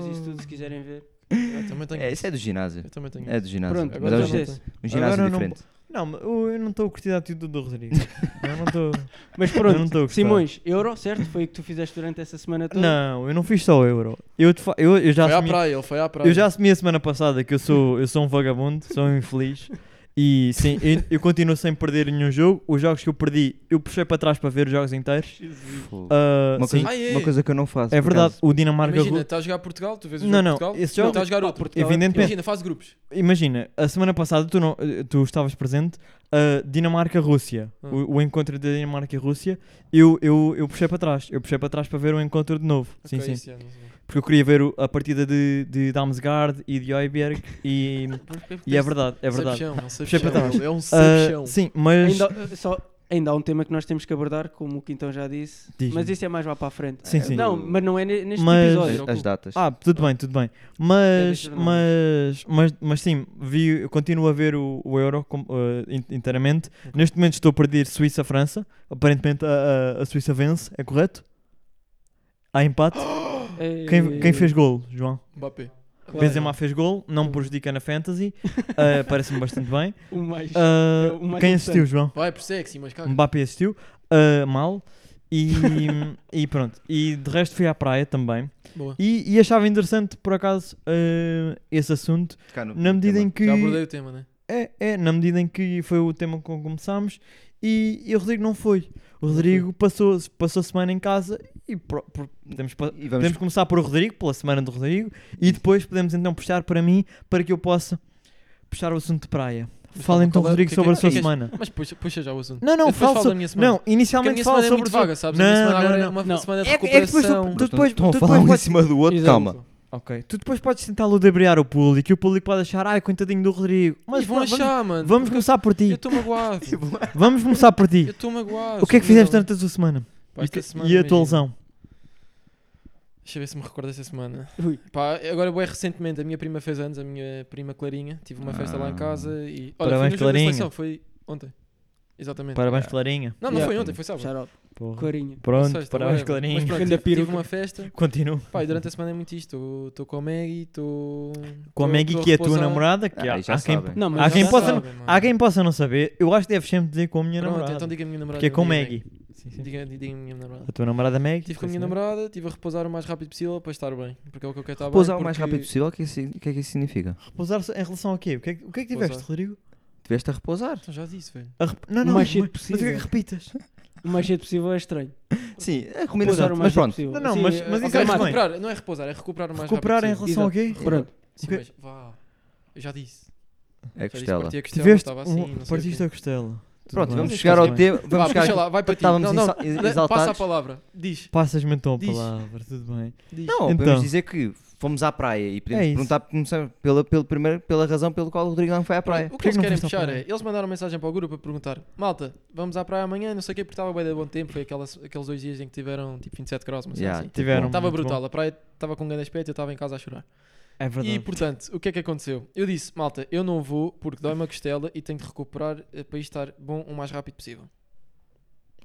[SPEAKER 4] bolhas, isso tudo, se quiserem ver.
[SPEAKER 1] Eu também tenho.
[SPEAKER 3] É, isso é do ginásio.
[SPEAKER 1] Eu também tenho.
[SPEAKER 3] É do ginásio.
[SPEAKER 4] Pronto,
[SPEAKER 3] mas
[SPEAKER 1] Agora já não
[SPEAKER 3] é um,
[SPEAKER 4] hoje é
[SPEAKER 3] gi-
[SPEAKER 1] tenho.
[SPEAKER 4] esse.
[SPEAKER 3] um ginásio
[SPEAKER 2] Agora não-
[SPEAKER 3] diferente.
[SPEAKER 2] Não, mas eu eu não estou a curtir a atitude do Rodrigo. Eu não estou.
[SPEAKER 4] Mas
[SPEAKER 2] Eu não
[SPEAKER 4] pronto,
[SPEAKER 2] estou a gostar.
[SPEAKER 4] Simões, euro, certo? Foi o que tu fizeste durante essa semana toda.
[SPEAKER 2] Não, eu não fiz só o euro. Eu, de fa- eu, eu já
[SPEAKER 1] Foi à
[SPEAKER 2] assumi-
[SPEAKER 1] praia, ele foi à praia.
[SPEAKER 2] Eu já assumi a semana passada que eu
[SPEAKER 1] (laughs)
[SPEAKER 2] sou, eu sou um vagabundo, sou um infeliz. E sim, eu, eu continuo sem perder nenhum jogo. Os jogos que eu perdi, eu puxei para trás para ver os jogos inteiros.
[SPEAKER 3] Fogo.
[SPEAKER 2] Ah,
[SPEAKER 3] uma,
[SPEAKER 2] sim,
[SPEAKER 3] coisa,
[SPEAKER 1] Ah, é.
[SPEAKER 3] uma coisa que eu não faço.
[SPEAKER 2] é
[SPEAKER 3] por
[SPEAKER 2] verdade.
[SPEAKER 3] acaso.
[SPEAKER 2] O Dinamarca.
[SPEAKER 1] Imagina, está a jogar Portugal, tu vês o
[SPEAKER 2] Não,
[SPEAKER 1] jogo de
[SPEAKER 2] não,
[SPEAKER 1] Portugal.
[SPEAKER 2] esse jogo-
[SPEAKER 1] Está a jogar
[SPEAKER 4] Pá,
[SPEAKER 1] outro.
[SPEAKER 4] Portugal-
[SPEAKER 2] Evidentemente.
[SPEAKER 1] Imagina, faz grupos.
[SPEAKER 2] Imagina, a semana passada tu, não, tu estavas presente, a Dinamarca-Rússia,
[SPEAKER 1] Ah.
[SPEAKER 2] o, o encontro da Dinamarca e Rússia, eu, eu, eu puxei para trás, eu puxei para trás para ver o encontro de novo, sim,
[SPEAKER 1] Ok,
[SPEAKER 2] sim,
[SPEAKER 1] esse ano, não sei.
[SPEAKER 2] porque eu queria ver o- a partida de, de Damsgaard e de Oiberg e, e é verdade, é verdade.
[SPEAKER 1] Sabichão, é um
[SPEAKER 2] Puxei
[SPEAKER 1] sabichão,
[SPEAKER 2] para trás.
[SPEAKER 1] ele É um
[SPEAKER 2] Ah,
[SPEAKER 1] sabichão.
[SPEAKER 2] sim, mas
[SPEAKER 4] Ainda, só, ainda há um tema que nós temos que abordar, como o Quintão já disse.
[SPEAKER 2] Diz-me.
[SPEAKER 4] Mas isso é mais lá para a frente.
[SPEAKER 2] Sim, sim.
[SPEAKER 4] Não, mas não é ne- neste
[SPEAKER 2] Mas-
[SPEAKER 4] episódio.
[SPEAKER 3] As, as datas.
[SPEAKER 2] Ah, tudo bem, tudo bem. Mas,
[SPEAKER 4] deixa eu ver
[SPEAKER 2] mas, mas, mas sim, vi, eu continuo a ver o, o Euro com- eh, in- inteiramente. Neste momento estou a perder Suíça-França. Aparentemente a, a- a Suíça vence, é correto? Há empate.
[SPEAKER 4] Eh,
[SPEAKER 2] Quem, quem fez gol, João?
[SPEAKER 1] Mbappé.
[SPEAKER 4] Claro.
[SPEAKER 2] Benzema fez gol, não me prejudica na fantasy. eh, Parece-me bastante bem.
[SPEAKER 4] O mais.
[SPEAKER 2] Eh,
[SPEAKER 4] É o mais
[SPEAKER 2] quem assistiu, João?
[SPEAKER 1] Vai, persegue, sim, mas caga.
[SPEAKER 2] Mbappé assistiu.
[SPEAKER 1] uh,
[SPEAKER 2] eh, mal.
[SPEAKER 1] (laughs)
[SPEAKER 2] E, e pronto. E de resto fui à praia também.
[SPEAKER 1] Boa.
[SPEAKER 2] E, e achava interessante, por acaso, eh, esse assunto.
[SPEAKER 3] Cá no-
[SPEAKER 2] Na medida em que.
[SPEAKER 1] Já abordei o tema, né?
[SPEAKER 2] É, é, na medida em que foi o tema com que começámos. E, e o Rodrigo não foi. O Rodrigo passou, passou a semana em casa e pro- pro- podemos, pa-
[SPEAKER 3] E
[SPEAKER 2] podemos
[SPEAKER 3] vamos
[SPEAKER 2] começar por o Rodrigo, pela semana do Rodrigo, e depois podemos então puxar para mim para que eu possa puxar o assunto de praia.
[SPEAKER 1] Mas
[SPEAKER 2] Fala
[SPEAKER 1] calma,
[SPEAKER 2] então,
[SPEAKER 1] qual é-
[SPEAKER 2] Rodrigo,
[SPEAKER 1] que- que-
[SPEAKER 2] sobre a
[SPEAKER 1] que-
[SPEAKER 2] sua
[SPEAKER 1] que-
[SPEAKER 2] semana.
[SPEAKER 1] Mas puxa, puxa já o assunto.
[SPEAKER 2] Não, não,
[SPEAKER 1] Eu depois
[SPEAKER 2] fala
[SPEAKER 1] falo
[SPEAKER 2] sobre.
[SPEAKER 1] da minha semana.
[SPEAKER 2] Não,
[SPEAKER 1] Porque a
[SPEAKER 2] inicialmente
[SPEAKER 1] minha
[SPEAKER 2] fala
[SPEAKER 1] semana é
[SPEAKER 2] sobre.
[SPEAKER 1] muito
[SPEAKER 2] o jogo.
[SPEAKER 1] vaga, sabes? A minha
[SPEAKER 2] Não,
[SPEAKER 1] semana agora
[SPEAKER 2] não,
[SPEAKER 1] é uma
[SPEAKER 4] não.
[SPEAKER 1] semana de
[SPEAKER 2] É que- é que depois tu-
[SPEAKER 1] recuperação.
[SPEAKER 2] tu depois-
[SPEAKER 3] Estão
[SPEAKER 2] tu
[SPEAKER 3] a falar
[SPEAKER 2] depois
[SPEAKER 3] um em
[SPEAKER 2] podes-
[SPEAKER 3] cima do outro,
[SPEAKER 4] Exato.
[SPEAKER 3] calma.
[SPEAKER 2] Ok, tu depois podes tentar ludibriar o público e o público pode achar, ai, coitadinho do Rodrigo. Mas
[SPEAKER 1] Mas vão
[SPEAKER 2] pronto, vamos,
[SPEAKER 1] achar, mano.
[SPEAKER 2] vamos começar por
[SPEAKER 1] Eu
[SPEAKER 2] ti.
[SPEAKER 1] estou
[SPEAKER 2] (laughs)
[SPEAKER 1] magoado.
[SPEAKER 2] Vamos começar
[SPEAKER 1] (laughs)
[SPEAKER 2] por
[SPEAKER 1] Eu
[SPEAKER 2] ti.
[SPEAKER 1] estou magoado.
[SPEAKER 2] O que é que fizeste durante a tua semana?
[SPEAKER 1] Pá,
[SPEAKER 2] E
[SPEAKER 1] esta
[SPEAKER 2] que-
[SPEAKER 1] semana,
[SPEAKER 2] e a
[SPEAKER 1] imagina.
[SPEAKER 2] tua lesão?
[SPEAKER 1] Deixa eu ver se me recordo esta semana.
[SPEAKER 4] Ui.
[SPEAKER 1] Pá, agora bem recentemente, a minha prima fez anos, a minha prima Clarinha. Tive uma festa lá em
[SPEAKER 3] Ah.
[SPEAKER 1] casa e.
[SPEAKER 2] Parabéns,
[SPEAKER 1] foi no jogo da
[SPEAKER 2] Clarinha.
[SPEAKER 1] seleção, Foi ontem. Exatamente.
[SPEAKER 2] Parabéns, Clarinha.
[SPEAKER 1] Não, não
[SPEAKER 4] Yeah.
[SPEAKER 1] foi ontem, foi sábado.
[SPEAKER 4] Shout out.
[SPEAKER 2] Porra.
[SPEAKER 4] Clarinha.
[SPEAKER 1] Ou
[SPEAKER 2] Pronto,
[SPEAKER 1] sexta, whatever. é,
[SPEAKER 2] parabéns,
[SPEAKER 1] Mas
[SPEAKER 2] Clarinha.
[SPEAKER 1] pronto,
[SPEAKER 4] Ganda
[SPEAKER 1] tive- tive
[SPEAKER 4] peruca.
[SPEAKER 1] uma festa.
[SPEAKER 2] Continua.
[SPEAKER 1] Pá, e durante a semana é muito isto. Estou com a Maggie, estou.
[SPEAKER 2] Com a Maggie, que é a tua namorada, que
[SPEAKER 3] Ah,
[SPEAKER 2] há,
[SPEAKER 3] já
[SPEAKER 2] há quem,
[SPEAKER 3] sabem.
[SPEAKER 4] Não, mas
[SPEAKER 2] há
[SPEAKER 4] já
[SPEAKER 2] quem possa,
[SPEAKER 4] sabem.
[SPEAKER 2] há quem possa não saber, eu acho que deves sempre dizer com a minha
[SPEAKER 1] Pronto,
[SPEAKER 2] namorada.
[SPEAKER 1] então diga a minha namorada.
[SPEAKER 2] porque é
[SPEAKER 1] não
[SPEAKER 2] com
[SPEAKER 1] diga a
[SPEAKER 2] Maggie. Sim, sim.
[SPEAKER 1] Diga, diga a minha namorada.
[SPEAKER 2] A tua namorada é Maggie.
[SPEAKER 1] Estive com a
[SPEAKER 2] sim,
[SPEAKER 1] minha
[SPEAKER 2] senhor.
[SPEAKER 1] namorada, estive a repousar o mais rápido possível para estar bem. Porque é o que eu quero estar bem.
[SPEAKER 3] Pousar o mais
[SPEAKER 1] porque-
[SPEAKER 3] rápido possível, o que, é que isso- o que é que isso significa?
[SPEAKER 2] Repousar em relação a quê? O que é, que- o que, é que tiveste,
[SPEAKER 1] Repousar.
[SPEAKER 2] Rodrigo?
[SPEAKER 3] Tiveste a repousar.
[SPEAKER 1] Então já disse, velho.
[SPEAKER 2] A rep- Não, não,
[SPEAKER 4] mais cedo
[SPEAKER 2] mas- mas o que é
[SPEAKER 4] possível.
[SPEAKER 2] que repitas?
[SPEAKER 4] O mais cedo possível é estranho.
[SPEAKER 3] Sim, é
[SPEAKER 4] Usar
[SPEAKER 3] combinação.
[SPEAKER 4] o
[SPEAKER 3] Mas
[SPEAKER 4] mais cedo
[SPEAKER 3] pronto,
[SPEAKER 4] possível.
[SPEAKER 2] Não, não,
[SPEAKER 4] Assim,
[SPEAKER 2] mas-
[SPEAKER 4] eh,
[SPEAKER 2] mas isso
[SPEAKER 4] ok,
[SPEAKER 2] é
[SPEAKER 4] mata.
[SPEAKER 2] bem.
[SPEAKER 1] recuperar, não é repousar, é recuperar o mais
[SPEAKER 2] Recuperar em
[SPEAKER 1] rápido possível.
[SPEAKER 2] relação a quê?
[SPEAKER 1] Exato.
[SPEAKER 4] Pronto.
[SPEAKER 1] Sim,
[SPEAKER 2] Ok.
[SPEAKER 1] mas vá. Eu já disse.
[SPEAKER 3] é
[SPEAKER 1] Já disse,
[SPEAKER 3] costela.
[SPEAKER 1] parti a costela,
[SPEAKER 2] Tiveste.
[SPEAKER 1] estava assim,
[SPEAKER 2] um-
[SPEAKER 1] não sei o
[SPEAKER 2] Partiste
[SPEAKER 1] quê.
[SPEAKER 2] a costela. Tudo
[SPEAKER 3] Pronto,
[SPEAKER 2] bem.
[SPEAKER 3] vamos
[SPEAKER 1] Mas
[SPEAKER 3] chegar
[SPEAKER 1] faz
[SPEAKER 2] bem.
[SPEAKER 3] ao tema. Vamos
[SPEAKER 1] Vá,
[SPEAKER 3] chegar Então
[SPEAKER 1] puxa lá, vai para ti.
[SPEAKER 3] estávamos
[SPEAKER 1] Não, não,
[SPEAKER 3] exa-
[SPEAKER 1] não, passa a
[SPEAKER 3] exaltados.
[SPEAKER 1] palavra. Diz,
[SPEAKER 2] Passas-me então a
[SPEAKER 1] Diz.
[SPEAKER 2] palavra, tudo bem.
[SPEAKER 1] diz.
[SPEAKER 3] Não,
[SPEAKER 2] Então.
[SPEAKER 3] podemos dizer que fomos à praia e podemos
[SPEAKER 2] É isso.
[SPEAKER 3] perguntar começar pela, pela, primeira, pela razão pelo qual o Rodrigo não foi à praia.
[SPEAKER 1] O
[SPEAKER 2] Porquê
[SPEAKER 1] que eles
[SPEAKER 2] que não
[SPEAKER 1] querem
[SPEAKER 2] foste à
[SPEAKER 1] puxar
[SPEAKER 2] praia?
[SPEAKER 1] é, eles mandaram mensagem para o grupo a perguntar Malta, vamos à praia amanhã, não sei o quê, porque estava bem de bom tempo, foi aquelas, aqueles dois dias em que tiveram tipo 27 graus, mas
[SPEAKER 3] Yeah,
[SPEAKER 1] assim.
[SPEAKER 3] tipo,
[SPEAKER 2] Tiveram.
[SPEAKER 1] Estava
[SPEAKER 2] muito bom.
[SPEAKER 1] brutal, a praia estava com um grande aspecto e eu estava em casa a chorar.
[SPEAKER 2] É
[SPEAKER 1] E
[SPEAKER 2] verdade.
[SPEAKER 1] portanto, o que é que aconteceu? Eu disse, malta, eu não vou porque dói-me a costela e tenho de recuperar eh, para isto estar bom o mais rápido possível.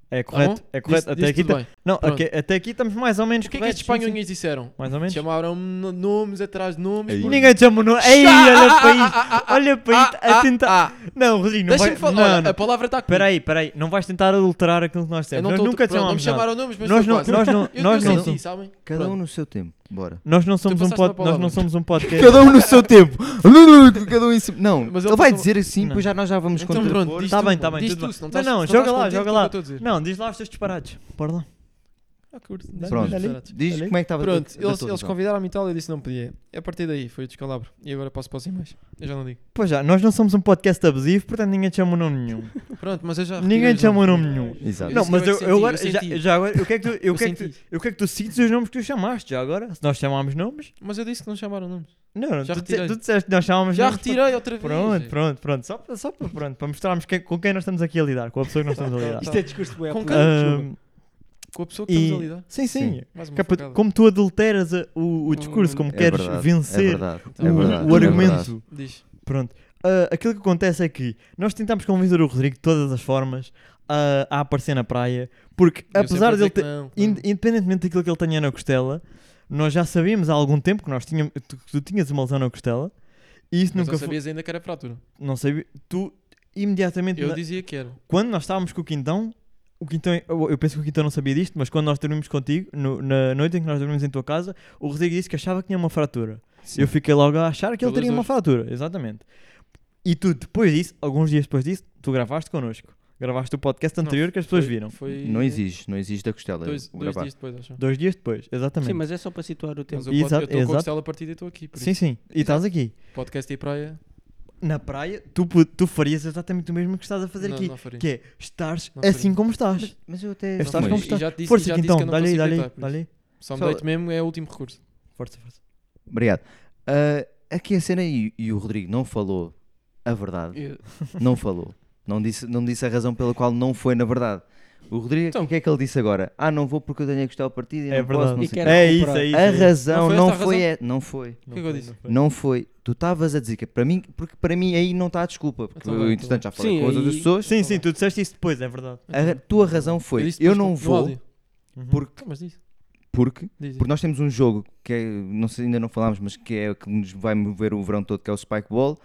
[SPEAKER 2] É
[SPEAKER 1] Tá bom?
[SPEAKER 2] correto, é correto.
[SPEAKER 1] Disse-
[SPEAKER 2] Até
[SPEAKER 1] disse
[SPEAKER 2] aqui
[SPEAKER 1] tudo
[SPEAKER 2] ta-
[SPEAKER 1] bem.
[SPEAKER 2] não,
[SPEAKER 1] Pronto.
[SPEAKER 2] ok, até aqui estamos mais ou menos
[SPEAKER 1] Mas o que é que
[SPEAKER 2] corretos,
[SPEAKER 1] estes
[SPEAKER 2] sim, sim.
[SPEAKER 1] espanhóis disseram?
[SPEAKER 2] Mais ou menos?
[SPEAKER 1] Chamaram-me no- nomes atrás de nomes.
[SPEAKER 3] Ei.
[SPEAKER 1] porque-
[SPEAKER 2] Ninguém te chamou nome. Ei, olha para isto. Olha para isto.
[SPEAKER 1] Ah,
[SPEAKER 2] A tentar.
[SPEAKER 1] ah, ah.
[SPEAKER 2] Não, Rodrigo, Tá. não vai.
[SPEAKER 1] Deixa-me falar, olha,
[SPEAKER 2] Não, não.
[SPEAKER 1] a palavra está aqui.
[SPEAKER 2] Peraí, peraí. Não vais tentar adulterar aquilo que nós
[SPEAKER 1] Eu
[SPEAKER 2] temos.
[SPEAKER 1] não
[SPEAKER 2] Nós
[SPEAKER 1] tô-
[SPEAKER 2] nunca te
[SPEAKER 1] pronto, não me
[SPEAKER 2] chamámos nada.
[SPEAKER 1] chamaram nomes, mas
[SPEAKER 2] Nós
[SPEAKER 1] foi
[SPEAKER 2] não,
[SPEAKER 1] quase.
[SPEAKER 2] nós não,
[SPEAKER 1] Eu-
[SPEAKER 2] nós
[SPEAKER 1] eu
[SPEAKER 2] não,
[SPEAKER 1] senti,
[SPEAKER 2] somos,
[SPEAKER 1] sabem?
[SPEAKER 3] Cada um
[SPEAKER 1] Pronto.
[SPEAKER 3] no seu tempo. Bora.
[SPEAKER 2] nós não somos um
[SPEAKER 1] passaste
[SPEAKER 2] pod,
[SPEAKER 1] uma
[SPEAKER 2] nós não
[SPEAKER 1] palavra. (laughs)
[SPEAKER 2] somos um podcast.
[SPEAKER 3] Cada um no seu tempo. Cada um em cima. Não,
[SPEAKER 1] Mas ele
[SPEAKER 3] ele vai
[SPEAKER 1] passou-
[SPEAKER 3] dizer assim,
[SPEAKER 2] Não.
[SPEAKER 3] pois já nós já vamos
[SPEAKER 1] Então
[SPEAKER 3] contra.
[SPEAKER 1] pronto, diz
[SPEAKER 2] Tá
[SPEAKER 1] tu,
[SPEAKER 2] bem,
[SPEAKER 1] pô.
[SPEAKER 2] tá bem,
[SPEAKER 1] Diz
[SPEAKER 2] tudo
[SPEAKER 1] tu,
[SPEAKER 2] bem.
[SPEAKER 1] se não
[SPEAKER 2] Não,
[SPEAKER 1] estás
[SPEAKER 2] não,
[SPEAKER 1] se
[SPEAKER 2] joga
[SPEAKER 1] estás
[SPEAKER 2] lá,
[SPEAKER 1] contente
[SPEAKER 2] joga
[SPEAKER 1] com o
[SPEAKER 2] lá.
[SPEAKER 1] que eu estou a dizer.
[SPEAKER 2] Não, diz lá os teus disparates. Bora lá.
[SPEAKER 1] Ah, curto.
[SPEAKER 3] Pronto.
[SPEAKER 1] Disparates.
[SPEAKER 3] Diz
[SPEAKER 2] Olha aí.
[SPEAKER 3] como é que estava.
[SPEAKER 1] Pronto,
[SPEAKER 3] da- da
[SPEAKER 1] eles,
[SPEAKER 3] tua
[SPEAKER 1] eles
[SPEAKER 3] razão.
[SPEAKER 1] convidaram-me e tal, eu disse não podia. A partir daí foi o descalabro. E agora passo para os mais. Eu já não digo.
[SPEAKER 2] Pois já, nós não somos um podcast abusivo, portanto ninguém te chama o nome
[SPEAKER 1] (laughs)
[SPEAKER 2] nenhum.
[SPEAKER 1] Pronto, mas eu já.
[SPEAKER 2] Ninguém te chama o nome nenhum.
[SPEAKER 3] Exato.
[SPEAKER 2] Não,
[SPEAKER 1] Isso
[SPEAKER 2] mas
[SPEAKER 1] eu é
[SPEAKER 2] eu,
[SPEAKER 1] que
[SPEAKER 2] eu
[SPEAKER 1] senti,
[SPEAKER 2] agora,
[SPEAKER 1] eu
[SPEAKER 2] já,
[SPEAKER 1] senti.
[SPEAKER 2] já agora, eu que
[SPEAKER 1] (laughs)
[SPEAKER 2] é que tu, eu
[SPEAKER 1] Eu
[SPEAKER 2] que é que tu,
[SPEAKER 1] senti.
[SPEAKER 2] eu que é que tu cites os nomes que tu chamaste já agora? Se nós chamámos nomes?
[SPEAKER 1] Mas eu disse que não chamaram nomes.
[SPEAKER 2] Não, não,
[SPEAKER 1] Já
[SPEAKER 2] tu, disse-
[SPEAKER 1] retirei.
[SPEAKER 2] tu disseste que nós chamámos
[SPEAKER 1] Já
[SPEAKER 2] nomes.
[SPEAKER 1] retirei outra vez.
[SPEAKER 2] Pronto, pronto, pronto. Só,
[SPEAKER 1] (laughs)
[SPEAKER 2] para- só para, pronto, para mostrarmos quem- com quem nós estamos aqui a lidar, com a pessoa que nós estamos a lidar.
[SPEAKER 4] Isto é discurso de
[SPEAKER 1] Com
[SPEAKER 4] web.
[SPEAKER 1] quem?
[SPEAKER 2] Tá. Ahm,
[SPEAKER 1] com a pessoa que
[SPEAKER 2] E-
[SPEAKER 1] estamos a lidar.
[SPEAKER 2] Sim, sim.
[SPEAKER 3] Sim.
[SPEAKER 1] Mais uma
[SPEAKER 2] Capa-
[SPEAKER 1] facada.
[SPEAKER 2] como tu adulteras a- o, o discurso, como
[SPEAKER 4] É
[SPEAKER 3] É
[SPEAKER 2] queres
[SPEAKER 3] verdade, É
[SPEAKER 2] vencer
[SPEAKER 3] verdade,
[SPEAKER 2] o,
[SPEAKER 3] é verdade,
[SPEAKER 2] o
[SPEAKER 3] é
[SPEAKER 2] argumento.
[SPEAKER 3] verdade.
[SPEAKER 1] Diz.
[SPEAKER 2] Pronto. Ah, aquilo que acontece é que nós tentámos convencer o Rodrigo de todas as formas a, a aparecer na praia, porque
[SPEAKER 1] Eu sempre
[SPEAKER 2] apesar dele
[SPEAKER 1] a dizer que
[SPEAKER 2] ter,
[SPEAKER 1] não, que
[SPEAKER 2] ind- independentemente daquilo que ele tenha na costela, nós já sabíamos há algum tempo que nós tínhamos, tu, que tu tinhas uma lesão na costela e isso
[SPEAKER 1] não. Mas
[SPEAKER 2] nunca
[SPEAKER 1] não
[SPEAKER 2] foi.
[SPEAKER 1] sabias ainda que era fratura.
[SPEAKER 2] Não sabia. Tu imediatamente
[SPEAKER 1] Eu
[SPEAKER 2] na-
[SPEAKER 1] dizia que era.
[SPEAKER 2] quando nós estávamos com o Quintão, o Quintão, eu eu penso que o Quintão não sabia disto, mas quando nós dormimos contigo, no- na noite em que nós dormimos em tua casa, o Rodrigo disse que achava que tinha uma fratura.
[SPEAKER 3] Sim.
[SPEAKER 2] Eu fiquei logo a achar que ele
[SPEAKER 1] Pelas
[SPEAKER 2] teria uma
[SPEAKER 1] dores.
[SPEAKER 2] fratura, exatamente. E tu, depois disso, alguns dias depois disso, tu gravaste connosco. Gravaste o podcast
[SPEAKER 1] Não,
[SPEAKER 2] anterior que as pessoas
[SPEAKER 1] foi-
[SPEAKER 2] viram.
[SPEAKER 1] Foi
[SPEAKER 3] Não exige, não exige da costela.
[SPEAKER 1] Dois,
[SPEAKER 3] o
[SPEAKER 1] dois
[SPEAKER 3] gravar.
[SPEAKER 1] dias depois, acho.
[SPEAKER 2] Dois dias depois, exatamente.
[SPEAKER 4] Sim, mas é só para situar o tempo.
[SPEAKER 1] Mas eu
[SPEAKER 2] Exato,
[SPEAKER 1] estou com
[SPEAKER 2] exato.
[SPEAKER 1] a costela partida e estou aqui. Por
[SPEAKER 2] sim, sim. E estás aqui.
[SPEAKER 1] isso. Podcast e praia.
[SPEAKER 2] Na praia, tu, pu- tu farias exatamente o mesmo que estás a fazer
[SPEAKER 1] não,
[SPEAKER 2] aqui.
[SPEAKER 1] não faria.
[SPEAKER 2] Que é, estares
[SPEAKER 1] Não
[SPEAKER 2] assim
[SPEAKER 1] faria.
[SPEAKER 2] como estás.
[SPEAKER 3] Mas eu até.
[SPEAKER 2] É, estás
[SPEAKER 3] Mas-
[SPEAKER 2] como
[SPEAKER 1] E
[SPEAKER 2] estás.
[SPEAKER 1] já te disse,
[SPEAKER 2] Força,
[SPEAKER 1] já te disse
[SPEAKER 2] então,
[SPEAKER 1] que eu não
[SPEAKER 2] dá-lhe aí,
[SPEAKER 1] consigo
[SPEAKER 2] dá-lhe aí,
[SPEAKER 1] deitar, por
[SPEAKER 2] dá-lhe aí.
[SPEAKER 1] isso. Só me
[SPEAKER 3] Só-
[SPEAKER 1] deito mesmo, é o último recurso.
[SPEAKER 2] Força, força.
[SPEAKER 3] Obrigado. Ah, aqui a cena e, e o Rodrigo não falou
[SPEAKER 1] (laughs)
[SPEAKER 3] a verdade.
[SPEAKER 4] Eu-
[SPEAKER 3] Não falou. Não disse, não disse a razão pela qual não foi, na verdade. O Rodrigo,
[SPEAKER 1] Então-
[SPEAKER 3] o que é que ele disse agora? Ah, não vou porque eu tenho a costela partida e
[SPEAKER 2] É
[SPEAKER 3] não posso,
[SPEAKER 2] verdade.
[SPEAKER 3] não
[SPEAKER 4] E
[SPEAKER 3] sei
[SPEAKER 4] um
[SPEAKER 3] o
[SPEAKER 4] quero
[SPEAKER 2] É isso,
[SPEAKER 4] recuperar.
[SPEAKER 2] é isso.
[SPEAKER 3] quê. A
[SPEAKER 2] é isso.
[SPEAKER 3] razão
[SPEAKER 1] Não foi
[SPEAKER 3] não
[SPEAKER 1] esta a
[SPEAKER 3] foi,
[SPEAKER 1] razão?
[SPEAKER 3] é- não foi.
[SPEAKER 1] que é que eu
[SPEAKER 2] foi,
[SPEAKER 1] disse?
[SPEAKER 2] foi.
[SPEAKER 3] Não foi. Tu estavas a dizer que para mim, porque para mim aí não está a desculpa, porque
[SPEAKER 1] Então
[SPEAKER 3] eu,
[SPEAKER 1] bem, então
[SPEAKER 3] entretanto já falei
[SPEAKER 4] Sim,
[SPEAKER 3] com as
[SPEAKER 4] aí-
[SPEAKER 3] outras pessoas.
[SPEAKER 2] Sim, sim, tu disseste isso depois, é verdade.
[SPEAKER 3] A tua razão foi, eu,
[SPEAKER 1] disse depois
[SPEAKER 3] não
[SPEAKER 1] no- no
[SPEAKER 3] vou
[SPEAKER 1] áudio.
[SPEAKER 2] Uhum.
[SPEAKER 3] porque,
[SPEAKER 1] Então, Mas diz.
[SPEAKER 3] porque
[SPEAKER 1] diz, diz.
[SPEAKER 3] Porque nós temos um jogo que é, não sei, ainda não falámos, mas que é o que nos vai mover o verão todo, que é o Spike Ball,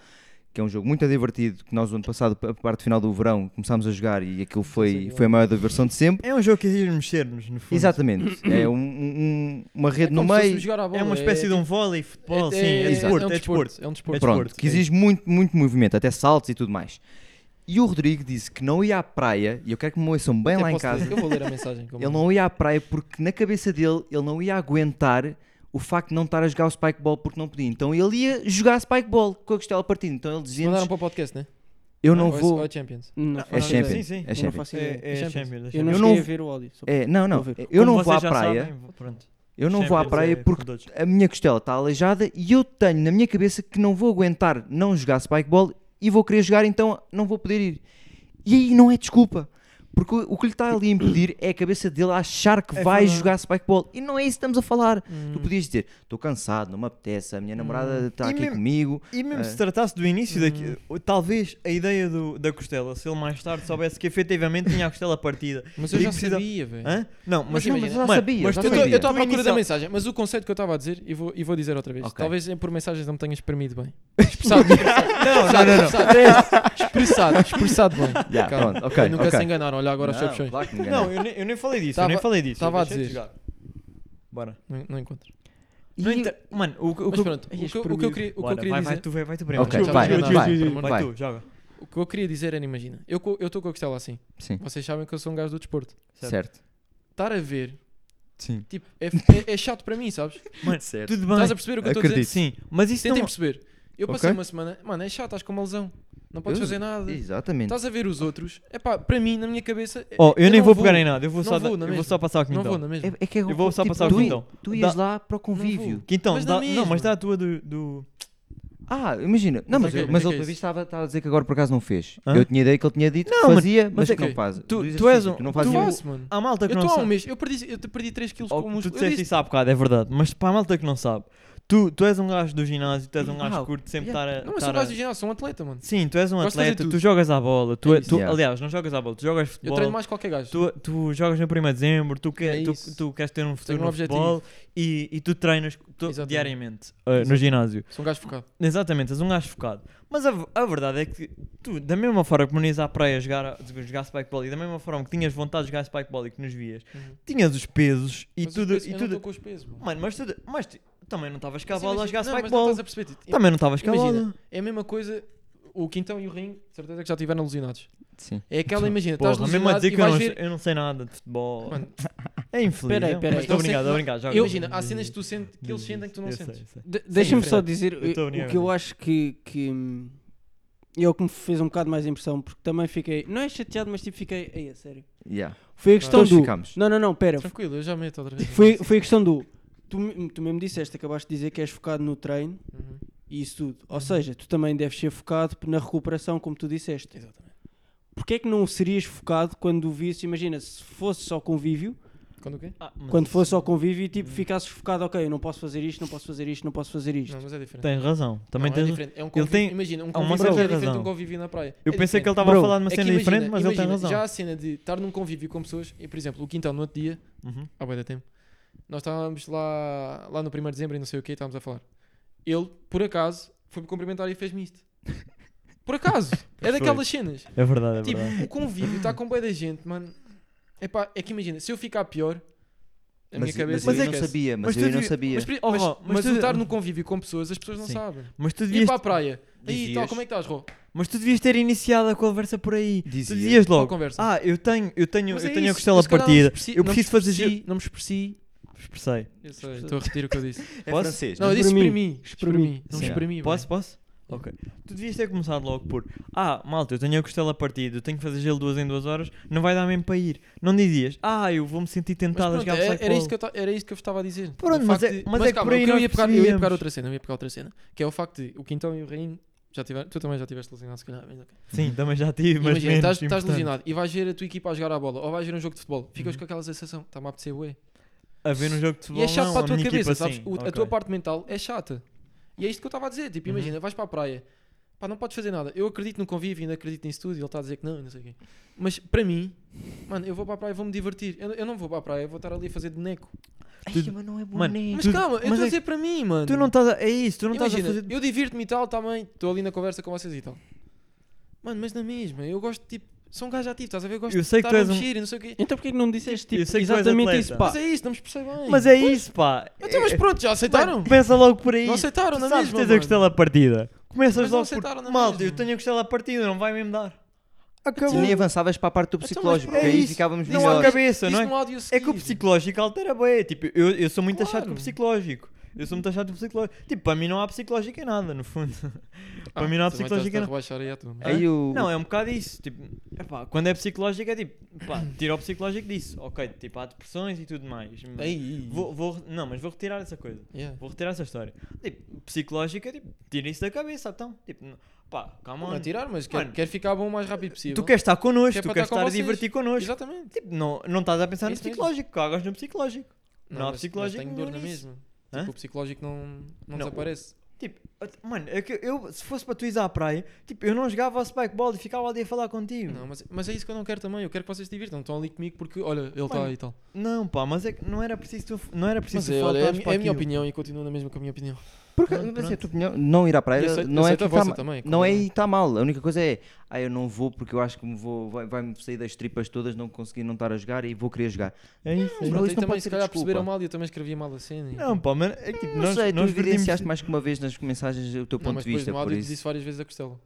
[SPEAKER 3] que é um jogo muito divertido, que nós no ano passado, a parte final do verão, começámos a jogar e aquilo foi, foi a maior diversão de sempre.
[SPEAKER 2] É um jogo que exige mexer-nos, no
[SPEAKER 1] (clears throat)
[SPEAKER 2] fundo.
[SPEAKER 3] Exatamente, é um- um- uma
[SPEAKER 1] É
[SPEAKER 3] rede no
[SPEAKER 1] como se
[SPEAKER 3] meio,
[SPEAKER 1] fosse jogar à bola,
[SPEAKER 2] É uma espécie de um
[SPEAKER 1] tipo-
[SPEAKER 2] vôlei, futebol, sim,
[SPEAKER 1] é
[SPEAKER 2] é desporto,
[SPEAKER 1] um
[SPEAKER 2] é desporto.
[SPEAKER 1] É um desporto.
[SPEAKER 2] Pronto.
[SPEAKER 3] pronto,
[SPEAKER 2] desporto,
[SPEAKER 3] que
[SPEAKER 2] é
[SPEAKER 3] exige muito, muito movimento, até saltos e tudo mais. E o Rodrigo disse que não ia à praia, e eu quero que me ouçam bem
[SPEAKER 1] Até
[SPEAKER 3] lá em
[SPEAKER 1] posso
[SPEAKER 3] casa,
[SPEAKER 1] ler- Eu vou ler a mensagem. como-
[SPEAKER 2] é?
[SPEAKER 3] Ele não ia à praia porque na cabeça dele ele não ia aguentar o facto de não estar a jogar o spike ball porque não podia. Então ele ia jogar spike ball com a costela partida. Então ele dizia
[SPEAKER 2] um
[SPEAKER 1] Mandaram para o podcast, né?
[SPEAKER 2] Ah,
[SPEAKER 3] eu não
[SPEAKER 1] Ou é- ou
[SPEAKER 3] vou.
[SPEAKER 1] é Champions.
[SPEAKER 4] Não
[SPEAKER 2] É
[SPEAKER 4] faço
[SPEAKER 3] É
[SPEAKER 4] ideia.
[SPEAKER 3] champion.
[SPEAKER 2] Sim, sim.
[SPEAKER 3] É
[SPEAKER 4] Eu não
[SPEAKER 3] champion.
[SPEAKER 4] faço ideia.
[SPEAKER 2] É, é
[SPEAKER 1] Champions.
[SPEAKER 2] Champions. é
[SPEAKER 4] Eu não
[SPEAKER 2] Champions.
[SPEAKER 3] não
[SPEAKER 4] cheguei a
[SPEAKER 3] vou-
[SPEAKER 4] ver o áudio. só para-
[SPEAKER 3] É, não, não.
[SPEAKER 4] Vou ver.
[SPEAKER 3] Eu
[SPEAKER 2] Como
[SPEAKER 3] não vou à
[SPEAKER 2] vocês já
[SPEAKER 3] praia.
[SPEAKER 2] sabem, vou- pronto.
[SPEAKER 3] eu não vou à
[SPEAKER 2] Champions
[SPEAKER 3] praia
[SPEAKER 2] é
[SPEAKER 3] porque
[SPEAKER 2] com todos.
[SPEAKER 3] a minha costela está aleijada e eu tenho na minha cabeça que não vou aguentar não jogar spike ball e vou querer jogar, então não vou poder ir. E aí não é desculpa. Porque o o que lhe está ali a impedir é a cabeça dele a achar que
[SPEAKER 2] É
[SPEAKER 3] vai
[SPEAKER 2] verdade.
[SPEAKER 3] jogar spike ball. E não é isso que estamos a falar. Tu
[SPEAKER 1] Hum.
[SPEAKER 3] podias dizer, estou cansado, não me apetece, a minha namorada está
[SPEAKER 2] E
[SPEAKER 3] aqui
[SPEAKER 2] mesmo-
[SPEAKER 3] comigo.
[SPEAKER 2] E mesmo
[SPEAKER 3] É.
[SPEAKER 2] se tratasse do início, daqui, talvez a ideia do, da costela, se ele mais tarde soubesse que efetivamente tinha a costela partida.
[SPEAKER 1] Mas eu
[SPEAKER 2] E
[SPEAKER 1] já
[SPEAKER 2] precisa-
[SPEAKER 1] sabia, velho.
[SPEAKER 2] Hã? Não, mas,
[SPEAKER 1] Mas imagina, eu
[SPEAKER 2] mas-
[SPEAKER 3] já
[SPEAKER 2] mano,
[SPEAKER 3] sabia,
[SPEAKER 2] mas
[SPEAKER 3] já
[SPEAKER 2] tu-
[SPEAKER 1] Eu
[SPEAKER 3] sabia.
[SPEAKER 2] tu-
[SPEAKER 1] estou à
[SPEAKER 2] tu
[SPEAKER 1] procura da
[SPEAKER 2] inicial-
[SPEAKER 1] mensagem, mas o conceito que eu estava a dizer, e vou, e vou dizer outra vez.
[SPEAKER 3] Ok.
[SPEAKER 1] Talvez eh, por mensagens não me tenhas exprimido bem. Expressado, expressado,
[SPEAKER 2] Não, não,
[SPEAKER 1] expressado,
[SPEAKER 2] não, não.
[SPEAKER 1] expressado, expressado, expressado bem.
[SPEAKER 3] Yeah,
[SPEAKER 1] Calma.
[SPEAKER 3] pronto, ok,
[SPEAKER 1] Eu nunca
[SPEAKER 3] ok.
[SPEAKER 1] se enganaram, olha agora os
[SPEAKER 3] Não,
[SPEAKER 1] chapchões.
[SPEAKER 3] claro que me enganei.
[SPEAKER 2] Não, eu nem, eu nem falei disso, eu
[SPEAKER 1] Tava-
[SPEAKER 2] nem falei disso. eu
[SPEAKER 1] tava a
[SPEAKER 2] deixei de
[SPEAKER 1] dizer.
[SPEAKER 2] jogar. Bora.
[SPEAKER 1] Não, não encontro.
[SPEAKER 2] Não
[SPEAKER 3] E-
[SPEAKER 2] inter- Mano, o, que- o,
[SPEAKER 1] Mas
[SPEAKER 2] que-
[SPEAKER 1] pronto, o
[SPEAKER 4] Ai,
[SPEAKER 1] que, eu- o que eu queria, o que eu
[SPEAKER 2] Bora,
[SPEAKER 1] queria
[SPEAKER 2] vai,
[SPEAKER 1] dizer...
[SPEAKER 2] vai tu, vai, vai tu primeiro.
[SPEAKER 3] Ok,
[SPEAKER 2] Joga,
[SPEAKER 1] vai,
[SPEAKER 2] joga,
[SPEAKER 1] vai,
[SPEAKER 2] joga,
[SPEAKER 1] vai,
[SPEAKER 2] joga,
[SPEAKER 3] vai.
[SPEAKER 2] vai tu, joga.
[SPEAKER 1] O que eu queria dizer era, imagina, eu co- eu estou com a costela assim.
[SPEAKER 3] Sim,
[SPEAKER 1] Vocês sabem que eu sou um gajo do desporto.
[SPEAKER 3] certo.
[SPEAKER 1] Estar a ver,
[SPEAKER 2] Sim.
[SPEAKER 1] tipo, é, é- é chato para mim, sabes?
[SPEAKER 2] Mano,
[SPEAKER 3] Certo.
[SPEAKER 2] tudo bem. Então,
[SPEAKER 1] Estás a perceber o que eu estou a dizer?
[SPEAKER 3] Acredito.
[SPEAKER 2] Sim, mas isso não... é-
[SPEAKER 1] Tentem perceber. Eu passei
[SPEAKER 3] Ok.
[SPEAKER 1] uma semana, mano, é chato, estás com uma lesão. Não podes
[SPEAKER 3] Eu-
[SPEAKER 1] fazer nada.
[SPEAKER 3] Exatamente.
[SPEAKER 1] Estás a ver os outros. É pá, para mim, na minha cabeça. é-
[SPEAKER 2] Oh, eu, nem
[SPEAKER 1] não
[SPEAKER 2] vou, pegar em nada, eu vou,
[SPEAKER 1] Não
[SPEAKER 2] só,
[SPEAKER 1] vou,
[SPEAKER 2] da-
[SPEAKER 1] na
[SPEAKER 2] eu vou
[SPEAKER 1] mesma.
[SPEAKER 2] só passar ao
[SPEAKER 1] Não
[SPEAKER 2] quintal.
[SPEAKER 1] vou, na mesma.
[SPEAKER 3] É, é que é
[SPEAKER 2] Eu vou só passar ao
[SPEAKER 3] tu,
[SPEAKER 2] quintal.
[SPEAKER 3] Tu ias
[SPEAKER 2] Dá-
[SPEAKER 3] lá para o convívio.
[SPEAKER 2] Quintão,
[SPEAKER 1] Mas
[SPEAKER 2] então, dá-
[SPEAKER 1] na
[SPEAKER 2] não, é mas
[SPEAKER 1] mesma.
[SPEAKER 2] dá a tua do... do-
[SPEAKER 3] Ah, imagina. Não,
[SPEAKER 1] Mas
[SPEAKER 3] mas,
[SPEAKER 1] ok,
[SPEAKER 3] eu-
[SPEAKER 1] mas é
[SPEAKER 3] mas ele
[SPEAKER 1] que é
[SPEAKER 3] pelo
[SPEAKER 1] isso?
[SPEAKER 3] visto estava, estava a dizer que agora por acaso não fez.
[SPEAKER 2] Hã?
[SPEAKER 3] Eu tinha ideia que ele tinha dito
[SPEAKER 2] Não,
[SPEAKER 3] que
[SPEAKER 2] mas-
[SPEAKER 3] fazia, mas,
[SPEAKER 1] mas é
[SPEAKER 3] que não
[SPEAKER 1] que
[SPEAKER 3] faz.
[SPEAKER 2] tu-
[SPEAKER 3] Do
[SPEAKER 2] tu és
[SPEAKER 3] exercício,
[SPEAKER 2] um-
[SPEAKER 3] Tu não
[SPEAKER 2] tu-
[SPEAKER 3] fazes
[SPEAKER 1] Eu
[SPEAKER 3] isso.
[SPEAKER 1] faço, mano.
[SPEAKER 2] Há malta
[SPEAKER 1] Eu
[SPEAKER 2] que não
[SPEAKER 1] estou há um
[SPEAKER 2] sabe.
[SPEAKER 1] mês. Eu perdi, eu te- perdi 3 quilos
[SPEAKER 2] Oh,
[SPEAKER 1] com o
[SPEAKER 2] tu
[SPEAKER 1] músculo. Eu
[SPEAKER 2] disseste
[SPEAKER 1] disse-
[SPEAKER 2] isso há bocado, é verdade. Mas para a malta que não sabe, tu, tu és um gajo do ginásio, tu és um
[SPEAKER 3] Ah,
[SPEAKER 2] gajo que curto sempre estar a.
[SPEAKER 1] Não, mas sou
[SPEAKER 2] estar
[SPEAKER 1] um gajo de
[SPEAKER 2] a...
[SPEAKER 1] ginásio, sou um atleta, mano.
[SPEAKER 2] Sim, tu és um
[SPEAKER 1] Gosto de fazer
[SPEAKER 2] atleta, tu
[SPEAKER 1] tudo.
[SPEAKER 2] jogas à bola, tu,
[SPEAKER 1] É
[SPEAKER 2] tu-
[SPEAKER 3] isso.
[SPEAKER 2] aliás, não jogas à bola, tu jogas
[SPEAKER 1] Eu treino
[SPEAKER 2] futebol,
[SPEAKER 1] mais que qualquer gajo.
[SPEAKER 2] tu, tu jogas no 1 de dezembro, tu, que,
[SPEAKER 1] É
[SPEAKER 2] tu,
[SPEAKER 1] isso.
[SPEAKER 2] tu queres ter um futuro
[SPEAKER 1] Tenho um
[SPEAKER 2] no
[SPEAKER 1] objetivo.
[SPEAKER 2] futebol e, e tu treinas tu-
[SPEAKER 1] Exatamente.
[SPEAKER 2] diariamente uh, no
[SPEAKER 1] Exatamente.
[SPEAKER 2] ginásio.
[SPEAKER 1] Sou um gajo focado.
[SPEAKER 2] Exatamente, és um gajo focado. Mas a, v- a verdade é que tu, da mesma forma que menias à praia jogar, a- jogar spikeball e da mesma forma que tinhas vontade de jogar spikeball e que nos vias,
[SPEAKER 1] Uhum.
[SPEAKER 2] tinhas os pesos e
[SPEAKER 1] Mas os
[SPEAKER 2] tudo.
[SPEAKER 1] pesos-
[SPEAKER 2] e
[SPEAKER 1] eu não
[SPEAKER 2] tudo
[SPEAKER 1] tô com os pesos, mano.
[SPEAKER 2] Mano, mas tu, mas tu também não estavas
[SPEAKER 1] Mas
[SPEAKER 2] cavalo a
[SPEAKER 1] imagina-
[SPEAKER 2] jogar
[SPEAKER 1] não, mas não
[SPEAKER 2] spikeball.
[SPEAKER 1] estás a perceber, tipo,
[SPEAKER 2] Também não estavas cavalo.
[SPEAKER 1] Imagina. É a mesma coisa. O Quintão e o Rinho, de certeza que já estiveram alucinados.
[SPEAKER 3] Sim.
[SPEAKER 1] É aquela, imagina, estás
[SPEAKER 2] Porra, mesmo a
[SPEAKER 1] alucinado
[SPEAKER 2] dizer
[SPEAKER 1] e
[SPEAKER 2] que eu
[SPEAKER 1] vais
[SPEAKER 2] não,
[SPEAKER 1] ver.
[SPEAKER 2] eu não sei nada de futebol.
[SPEAKER 1] Mano,
[SPEAKER 2] é infeliz.
[SPEAKER 4] Peraí,
[SPEAKER 2] é,
[SPEAKER 4] peraí.
[SPEAKER 2] Mas estou
[SPEAKER 1] Eu sei-
[SPEAKER 2] obrigado, obrigado. Joga,
[SPEAKER 1] eu-
[SPEAKER 2] joga.
[SPEAKER 1] imagina, há cenas que, tu sentes que eles sentem que tu não
[SPEAKER 2] Eu
[SPEAKER 1] sentes.
[SPEAKER 2] sei, sei.
[SPEAKER 4] De- Deixa-me
[SPEAKER 1] Sim,
[SPEAKER 4] só
[SPEAKER 1] Fred.
[SPEAKER 4] dizer
[SPEAKER 2] Eu tô
[SPEAKER 4] eh,
[SPEAKER 2] unido.
[SPEAKER 4] o que eu acho que, que hum, é o que me fez um bocado mais impressão, porque também fiquei, não é chateado, mas tipo fiquei, ei, a sério.
[SPEAKER 3] Yeah.
[SPEAKER 4] Foi a
[SPEAKER 1] Ah.
[SPEAKER 4] questão
[SPEAKER 3] Todos
[SPEAKER 4] do.
[SPEAKER 3] ficamos.
[SPEAKER 4] Não, não, não, pera.
[SPEAKER 1] Tranquilo, eu já meto outra vez.
[SPEAKER 4] Foi, foi a questão do. Tu, me- tu mesmo disseste, acabaste de dizer que és focado no treino
[SPEAKER 1] Uhum.
[SPEAKER 4] e isso tudo. Ou seja, tu também deves ser focado na recuperação, como tu disseste.
[SPEAKER 1] Exatamente.
[SPEAKER 4] Porquê é que não serias focado quando o visse? Imagina, se fosse só convívio,
[SPEAKER 1] Quando o quê?
[SPEAKER 2] Ah,
[SPEAKER 4] Quando fosse ao convívio e tipo, ficasses focado, ok, eu não posso fazer isto, não posso fazer isto, não posso fazer isto.
[SPEAKER 1] Não, mas é diferente.
[SPEAKER 2] Tens razão. Também
[SPEAKER 1] Não, é
[SPEAKER 2] tens.
[SPEAKER 1] diferente. É um convívio,
[SPEAKER 2] tem-
[SPEAKER 1] imagina, um
[SPEAKER 2] há uma
[SPEAKER 1] convívio
[SPEAKER 2] certa
[SPEAKER 1] aqui é diferente de um
[SPEAKER 2] razão.
[SPEAKER 1] convívio na praia.
[SPEAKER 2] Eu
[SPEAKER 1] É
[SPEAKER 2] pensei que
[SPEAKER 1] diferente.
[SPEAKER 2] ele estava a
[SPEAKER 4] Bro,
[SPEAKER 2] falar de uma
[SPEAKER 1] É que
[SPEAKER 2] cena
[SPEAKER 1] imagina-
[SPEAKER 2] diferente, mas ele tem
[SPEAKER 1] imagina,
[SPEAKER 2] razão.
[SPEAKER 1] Já a cena de estar num convívio com pessoas, e por exemplo, o quintal no outro dia,
[SPEAKER 2] Uhum.
[SPEAKER 1] há bué de tempo, nós estávamos lá, lá no 1 de dezembro e não sei o que, estávamos a falar. Ele, por acaso, foi-me cumprimentar e fez-me isto. Por
[SPEAKER 2] (laughs)
[SPEAKER 1] acaso, é
[SPEAKER 2] foi.
[SPEAKER 1] daquelas cenas.
[SPEAKER 2] É verdade, é
[SPEAKER 1] Tipo,
[SPEAKER 2] verdade.
[SPEAKER 1] o convívio está com bué da gente, mano. Epá, é que imagina, se eu ficar pior, a minha
[SPEAKER 3] Mas, mas
[SPEAKER 1] cabeça
[SPEAKER 3] eu
[SPEAKER 2] Mas é
[SPEAKER 3] não
[SPEAKER 1] esquece.
[SPEAKER 3] sabia, mas,
[SPEAKER 2] mas tu
[SPEAKER 3] eu não
[SPEAKER 2] devia-
[SPEAKER 3] sabia.
[SPEAKER 1] Mas,
[SPEAKER 2] Oh,
[SPEAKER 1] mas,
[SPEAKER 2] Ró, mas
[SPEAKER 1] mas
[SPEAKER 2] tu-
[SPEAKER 1] eu estar num convívio com pessoas, as pessoas não
[SPEAKER 2] Sim.
[SPEAKER 1] sabem.
[SPEAKER 2] Mas tu
[SPEAKER 1] Ir
[SPEAKER 2] devias,
[SPEAKER 1] para a praia. Aí, tal,
[SPEAKER 3] Dizias-
[SPEAKER 1] como é que estás, Rô?
[SPEAKER 2] mas tu devias ter iniciado a conversa por aí. Tu
[SPEAKER 3] Dizia.
[SPEAKER 2] dizias
[SPEAKER 1] Qual
[SPEAKER 2] logo.
[SPEAKER 1] conversa?
[SPEAKER 2] Ah, eu tenho, eu tenho,
[SPEAKER 1] Mas
[SPEAKER 2] eu
[SPEAKER 1] é
[SPEAKER 2] tenho a
[SPEAKER 1] isso,
[SPEAKER 2] costela
[SPEAKER 1] mas se calhar não me
[SPEAKER 2] partida.
[SPEAKER 1] expressi-
[SPEAKER 2] eu
[SPEAKER 1] não me
[SPEAKER 2] preciso fazer.
[SPEAKER 1] expressi- Não me expressi.
[SPEAKER 2] Expressei.
[SPEAKER 1] Eu sei, estou a repetir o que eu disse.
[SPEAKER 3] É
[SPEAKER 2] Posso?
[SPEAKER 3] francês.
[SPEAKER 1] Não, eu disse exprimi. Exprimi. Não
[SPEAKER 2] Sim.
[SPEAKER 1] exprimi.
[SPEAKER 2] Posso, posso? Ok. Tu devias ter começado logo por Ah, malta, eu tenho a costela partida, eu tenho que fazer gelo duas em duas horas, não vai dar mesmo para ir. Não dizias, ah, eu vou-me sentir
[SPEAKER 1] Mas
[SPEAKER 2] tentado a
[SPEAKER 1] pronto,
[SPEAKER 2] jogar
[SPEAKER 1] era,
[SPEAKER 2] Psycho
[SPEAKER 1] era,
[SPEAKER 2] Ball."
[SPEAKER 1] isto que eu ta- era isto que eu estava a dizer.
[SPEAKER 2] Pronto,
[SPEAKER 1] O
[SPEAKER 2] mas
[SPEAKER 1] facto
[SPEAKER 2] é-
[SPEAKER 1] de-
[SPEAKER 2] mas é que
[SPEAKER 1] calma,
[SPEAKER 2] por aí
[SPEAKER 1] o que eu
[SPEAKER 2] nós
[SPEAKER 1] ia pegar, eu ia pegar
[SPEAKER 2] percebíamos.
[SPEAKER 1] outra cena, eu ia pegar outra cena, que é o facto de o Quintão e o Rainho já tiveram, tu também já tiveste lesionado, se calhar, mas ok.
[SPEAKER 2] Sim, também já tive, mas
[SPEAKER 1] Imagina,
[SPEAKER 2] menos,
[SPEAKER 1] estás, estás
[SPEAKER 2] importante.
[SPEAKER 1] lesionado e vais ver a tua equipa a jogar a bola ou vais ver um jogo de futebol, ficas com aquela sensação, está-me a apetecer, ué.
[SPEAKER 2] A ver um jogo de
[SPEAKER 1] E
[SPEAKER 2] futebol
[SPEAKER 1] é chato
[SPEAKER 2] não,
[SPEAKER 1] para a tua
[SPEAKER 2] minha
[SPEAKER 1] cabeça,
[SPEAKER 2] equipa,
[SPEAKER 1] sabes?
[SPEAKER 2] sim.
[SPEAKER 1] O- A
[SPEAKER 2] Ok.
[SPEAKER 1] tua parte mental é chata. E é isto que eu estava a dizer. Tipo,
[SPEAKER 2] Uhum.
[SPEAKER 1] imagina, vais para a praia, pá, não podes fazer nada. Eu acredito no convívio, ainda acredito nisso tudo. e Ele está a dizer que não, e não sei o quê. Mas para mim, mano, eu vou para a praia, vou-me divertir. Eu, eu não vou para a praia, eu vou estar ali a fazer de boneco.
[SPEAKER 3] Ai, mas não é boneco.
[SPEAKER 2] Mano,
[SPEAKER 1] Mas
[SPEAKER 2] Tu-
[SPEAKER 1] calma, eu
[SPEAKER 2] mas
[SPEAKER 1] estou a
[SPEAKER 2] é-
[SPEAKER 1] dizer para mim, mano.
[SPEAKER 2] Tu não estás a... É isso, tu não estás a
[SPEAKER 1] Imagina,
[SPEAKER 2] fazer...
[SPEAKER 1] Eu divirto-me e tal também, estou ali na conversa com vocês e tal. Mano, mas na mesma, eu gosto, tipo, sou um gajo ativo, estás a ver? Eu gosto
[SPEAKER 2] Eu
[SPEAKER 1] de
[SPEAKER 2] sei que
[SPEAKER 1] estar
[SPEAKER 2] tu
[SPEAKER 1] a
[SPEAKER 2] és um-
[SPEAKER 1] mexer e não sei o quê.
[SPEAKER 4] Então porquê que não disseste
[SPEAKER 2] Eu
[SPEAKER 4] tipo,
[SPEAKER 2] sei que tu és
[SPEAKER 4] exatamente
[SPEAKER 2] atleta.
[SPEAKER 4] isso, pá?
[SPEAKER 1] Mas é isso, não me expressei bem.
[SPEAKER 2] Mas é isso, pá.
[SPEAKER 1] Então, mas
[SPEAKER 2] É-
[SPEAKER 1] pronto, já aceitaram?
[SPEAKER 2] Começa logo por aí.
[SPEAKER 1] Não aceitaram,
[SPEAKER 2] Tu
[SPEAKER 1] na
[SPEAKER 2] sabes que
[SPEAKER 1] mesma,
[SPEAKER 2] tens a
[SPEAKER 1] mano.
[SPEAKER 2] costela partida. Começas
[SPEAKER 1] Mas não
[SPEAKER 2] logo por...
[SPEAKER 1] aceitaram na
[SPEAKER 2] Malta, eu
[SPEAKER 1] mesma.
[SPEAKER 2] tenho a costela partida, não vai mesmo dar.
[SPEAKER 3] Tu
[SPEAKER 2] Acabou.
[SPEAKER 3] nem avançavas para a parte do psicológico,
[SPEAKER 1] mas
[SPEAKER 3] porque
[SPEAKER 2] é
[SPEAKER 3] aí
[SPEAKER 2] isso.
[SPEAKER 3] ficávamos
[SPEAKER 2] Não há
[SPEAKER 3] melhor.
[SPEAKER 2] cabeça, não
[SPEAKER 1] Diz
[SPEAKER 2] é?
[SPEAKER 1] no áudio a
[SPEAKER 2] É que o
[SPEAKER 1] seguir.
[SPEAKER 2] psicológico altera bem. Tipo, eu, eu sou muito achado com o
[SPEAKER 1] Claro.
[SPEAKER 2] psicológico. Eu sou muito achado com o psicológico. Tipo, para mim não há psicológico em nada, no fundo. (laughs) para mim não há
[SPEAKER 1] Ah, também
[SPEAKER 2] psicológico
[SPEAKER 1] estás-te
[SPEAKER 2] em
[SPEAKER 1] a
[SPEAKER 2] nada.
[SPEAKER 1] rebaixar aí à tua, mas-
[SPEAKER 3] Aí o...
[SPEAKER 2] Não, é um bocado isso. Tipo, epá, quando é psicológico é tipo,
[SPEAKER 1] (coughs)
[SPEAKER 2] pá, tira o psicológico disso. Ok, tipo, há depressões e tudo mais. mas
[SPEAKER 1] Aí.
[SPEAKER 2] Vou, vou, não, mas vou retirar essa coisa.
[SPEAKER 1] Yeah.
[SPEAKER 2] Vou retirar essa história. Tipo, psicológico é tipo, tira isso da cabeça, então. Tipo, n- pá, calma.
[SPEAKER 1] Não é tirar, mas quer,
[SPEAKER 2] Mano,
[SPEAKER 1] quer ficar bom o mais rápido possível.
[SPEAKER 2] Tu queres estar
[SPEAKER 1] Que
[SPEAKER 2] connosco,
[SPEAKER 1] é
[SPEAKER 2] tu
[SPEAKER 1] para
[SPEAKER 2] queres
[SPEAKER 1] estar com
[SPEAKER 2] estar a
[SPEAKER 1] vocês.
[SPEAKER 2] divertir connosco.
[SPEAKER 1] Exatamente.
[SPEAKER 2] Tipo, não, não estás a pensar no
[SPEAKER 1] Isso mesmo.
[SPEAKER 2] psicológico, cagas no psicológico. Não há
[SPEAKER 1] mas- mas
[SPEAKER 2] psicológico
[SPEAKER 1] Tenho
[SPEAKER 2] nenhum
[SPEAKER 1] dor na
[SPEAKER 2] nisso.
[SPEAKER 1] mesma.
[SPEAKER 2] Hã?
[SPEAKER 1] Tipo, o psicológico não, não,
[SPEAKER 2] Não.
[SPEAKER 1] desaparece.
[SPEAKER 2] Tipo, at- mano, é que eu, se fosse para tu ires à praia, tipo, eu não jogava ao spikeball e ficava ali a falar contigo.
[SPEAKER 1] Não,
[SPEAKER 2] Não,
[SPEAKER 1] mas, mas é isso que eu não quero também. Eu quero que vocês se divirtam. Estão ali comigo porque, olha, ele está
[SPEAKER 2] Mano,
[SPEAKER 1] aí e tal.
[SPEAKER 2] pá, mas é que não era preciso tu, não era preciso
[SPEAKER 1] Mas
[SPEAKER 2] tu
[SPEAKER 1] é, olha, é,
[SPEAKER 2] faltares
[SPEAKER 1] a mi-
[SPEAKER 2] para
[SPEAKER 1] é a minha
[SPEAKER 2] aquilo.
[SPEAKER 1] opinião e continuo na mesma com a minha opinião.
[SPEAKER 3] Porque,
[SPEAKER 2] Pronto,
[SPEAKER 3] mas é a
[SPEAKER 2] pronto.
[SPEAKER 3] tua opinião, não ir à praia
[SPEAKER 1] Eu aceito-
[SPEAKER 3] não é
[SPEAKER 1] aceito
[SPEAKER 3] que
[SPEAKER 1] a
[SPEAKER 3] está
[SPEAKER 1] vossa
[SPEAKER 3] ma-
[SPEAKER 1] também,
[SPEAKER 3] não é
[SPEAKER 1] claro.
[SPEAKER 3] aí está mal. A única coisa é, ah, eu não vou porque eu acho que me vou, vai- vai-me sair das tripas todas, não conseguir não estar a jogar e vou querer jogar.
[SPEAKER 2] É
[SPEAKER 1] Mas
[SPEAKER 2] isso. é
[SPEAKER 3] Bro,
[SPEAKER 1] pronto,
[SPEAKER 3] isso
[SPEAKER 1] aí
[SPEAKER 3] não
[SPEAKER 1] também
[SPEAKER 3] pode
[SPEAKER 1] se
[SPEAKER 3] ser
[SPEAKER 1] calhar perceberam
[SPEAKER 3] desculpa.
[SPEAKER 1] mal e eu também escrevi mal a cena. e-
[SPEAKER 2] isso. Não, pá, mas é que tipo,
[SPEAKER 3] Não
[SPEAKER 2] nós,
[SPEAKER 3] sei, tu
[SPEAKER 2] nós
[SPEAKER 3] evidenciaste
[SPEAKER 2] perdemos. tipo,
[SPEAKER 3] mais que uma vez nas mensagens o teu
[SPEAKER 1] Não,
[SPEAKER 3] ponto
[SPEAKER 1] mas
[SPEAKER 3] de
[SPEAKER 1] depois
[SPEAKER 3] vista,
[SPEAKER 1] no
[SPEAKER 3] por
[SPEAKER 1] áudio
[SPEAKER 3] isso.
[SPEAKER 1] disse várias vezes a costela.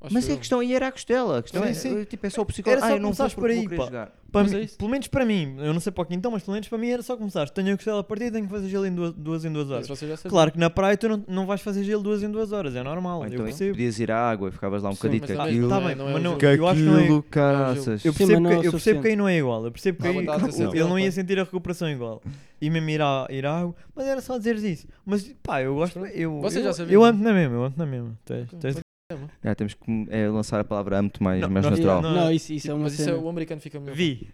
[SPEAKER 1] Acho
[SPEAKER 3] Mas é
[SPEAKER 1] eu.
[SPEAKER 3] a questão aí era a costela. A questão
[SPEAKER 2] Sim,
[SPEAKER 3] é,
[SPEAKER 2] sim.
[SPEAKER 3] eu, tipo, é só o psicólogo.
[SPEAKER 2] Era
[SPEAKER 3] Ah,
[SPEAKER 2] só
[SPEAKER 3] eu não vou
[SPEAKER 2] começares
[SPEAKER 3] porque
[SPEAKER 2] por
[SPEAKER 3] vou
[SPEAKER 2] aí,
[SPEAKER 3] querer
[SPEAKER 2] pá.
[SPEAKER 3] jogar.
[SPEAKER 2] Para
[SPEAKER 1] Mas
[SPEAKER 2] mim-
[SPEAKER 1] é isso.
[SPEAKER 2] pelo menos para mim, eu não sei para o quintal, mas pelo menos para mim era só começar. Tenho a costela partida, tenho que fazer gelo em duas, duas em duas
[SPEAKER 1] Mas
[SPEAKER 2] horas.
[SPEAKER 1] vocês já sabem.
[SPEAKER 2] Claro que na praia tu não, não vais fazer gelo duas em duas horas, é normal,
[SPEAKER 3] Ou
[SPEAKER 2] eu
[SPEAKER 3] então
[SPEAKER 2] percebo.
[SPEAKER 3] podias ir à água e ficavas lá um
[SPEAKER 4] Sim,
[SPEAKER 3] bocadinho
[SPEAKER 1] mas
[SPEAKER 3] com
[SPEAKER 1] também-
[SPEAKER 3] aquilo.
[SPEAKER 2] Tá
[SPEAKER 1] Não é-
[SPEAKER 2] bem,
[SPEAKER 1] não é
[SPEAKER 2] mas
[SPEAKER 1] o
[SPEAKER 2] não,
[SPEAKER 1] jogo.
[SPEAKER 3] Que
[SPEAKER 2] eu acho que não é.
[SPEAKER 3] aquilo, caraças.
[SPEAKER 2] Eu
[SPEAKER 4] Sim,
[SPEAKER 2] percebo,
[SPEAKER 4] mas não é
[SPEAKER 2] que,
[SPEAKER 4] o
[SPEAKER 2] eu percebo
[SPEAKER 4] suficiente.
[SPEAKER 2] que aí não é igual. Eu percebo que
[SPEAKER 1] Ah,
[SPEAKER 2] aí,
[SPEAKER 1] batata
[SPEAKER 2] claro,
[SPEAKER 1] sem
[SPEAKER 2] (laughs) ele não ia
[SPEAKER 1] papa.
[SPEAKER 2] sentir a recuperação igual. E mesmo ir à, ir à água. Mas era só dizeres isso. Mas pá, eu gosto.
[SPEAKER 1] Pronto.
[SPEAKER 2] Eu,
[SPEAKER 1] Vocês
[SPEAKER 2] eu,
[SPEAKER 1] já
[SPEAKER 2] eu
[SPEAKER 1] sabiam.
[SPEAKER 2] ando na mesma, eu ando na mesma. Tu és- tu és-
[SPEAKER 3] Ah, temos que é, lançar a palavra amo-te mais,
[SPEAKER 2] Não,
[SPEAKER 3] mais
[SPEAKER 2] nós-
[SPEAKER 3] natural.
[SPEAKER 2] não,
[SPEAKER 4] Não,
[SPEAKER 2] é-
[SPEAKER 4] isso, isso é uma
[SPEAKER 1] Mas isso é,
[SPEAKER 4] cena.
[SPEAKER 1] o americano fica melhor.
[SPEAKER 2] Vi,